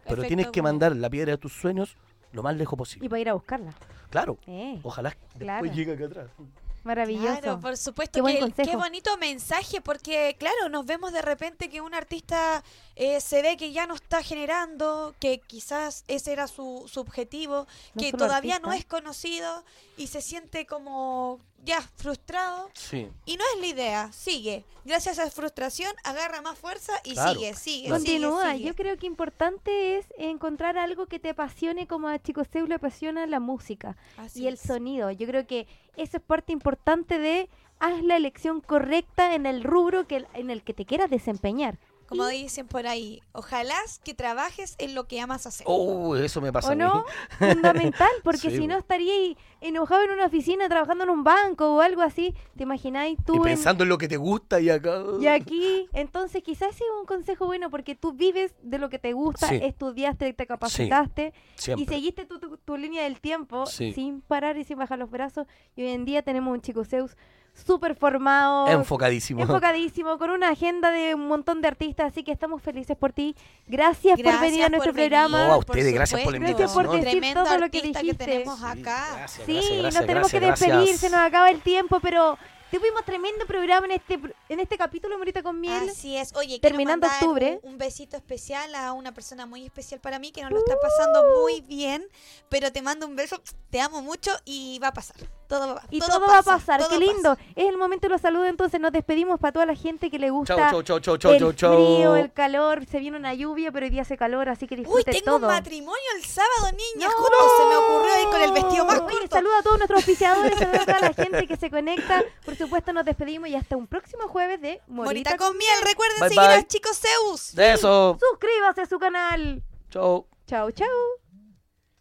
Pero
efecto
tienes que
Google.
mandar la piedra de tus sueños lo más lejos
Y
posible.
para ir a buscarla.
Claro.
Eh,
Ojalá después
Claro.
llegue acá atrás.
Maravilloso.
Claro, por supuesto.
Qué
Qué,
buen
que el- qué
consejo.
bonito mensaje, porque claro, nos vemos de repente que un artista eh, se ve que ya no está generando, que quizás ese era su, su objetivo,
No
que
solo
todavía no
artista.
es conocido y se siente como ya frustrado.
Sí.
Y no es la idea, sigue. Gracias a esa frustración agarra más fuerza y
Claro,
sigue, sigue,
claro.
sigue,
Continúa,
sigue.
yo creo que importante es encontrar algo que te apasione como a Chico Seu le apasiona la música
Así
y el
es.
sonido. Yo creo que eso es parte importante de haz la elección correcta en el rubro que, en el que te quieras desempeñar.
Como dicen por ahí, ojalá que trabajes en lo que amas hacer.
Oh, eso me pasa
¿O
a mí.
no? Fundamental, porque
Sí,
si
bo.
no estaría ahí enojado en una oficina trabajando en un banco o algo así. ¿Te imagináis tú
Y
en-
pensando en lo que te gusta y acá.
Y aquí, entonces quizás sí un consejo bueno porque tú vives de lo que te gusta,
Sí.
estudiaste, te capacitaste y
Siempre.
seguiste tu, tu- tu línea del tiempo
Sí.
sin parar y sin bajar los brazos. Y hoy en día tenemos un chico Zeus súper formado,
Enfocadísimo.
enfocadísimo, con una agenda de un montón de artistas, así que estamos felices por ti. Gracias, por venir a
por
nuestro
venir,
programa.
No, a ustedes, gracias por la
supuesto.
Gracias por invitación. decir
Tremendo
todo lo que
artista
dijiste.
tenemos
Sí,
acá.
gracias,
Sí,
gracias, gracias,
nos tenemos que
gracias,
despedir,
gracias.
se nos acaba el tiempo, pero tuvimos tremendo programa en este pr- en este capítulo, Morita con Miel.
Así es. Oye, quiero
Terminando
mandar
octubre.
Un, un besito especial a una persona muy especial para mí que nos lo está pasando
Uh.
muy bien, pero te mando un beso, te amo mucho y va a pasar. Todo va,
Y
todo
todo, va a
pasa,
pasar,
todo
qué
pasa.
lindo. Es el momento de los saludos, entonces nos despedimos para toda la gente que le gusta
Chau, chau, chau, chau, chau,
el
chau, chau.
frío, el calor. Se viene una lluvia, pero hoy día hace calor, así que
Uy,
disfrute
tengo un
todo.
matrimonio el sábado, niña. Justo se me ocurrió ahí con el vestido más
Oye,
corto.
saludo a todos nuestros oficiadores, saludo a toda la gente que se conecta. Por supuesto, nos despedimos y hasta un próximo jueves de Morita.
Morita con miel. Recuerden
Bye,
seguir
bye.
a Chicos Zeus.
De eso.
Suscríbase a su canal.
Chau.
Chao, chao.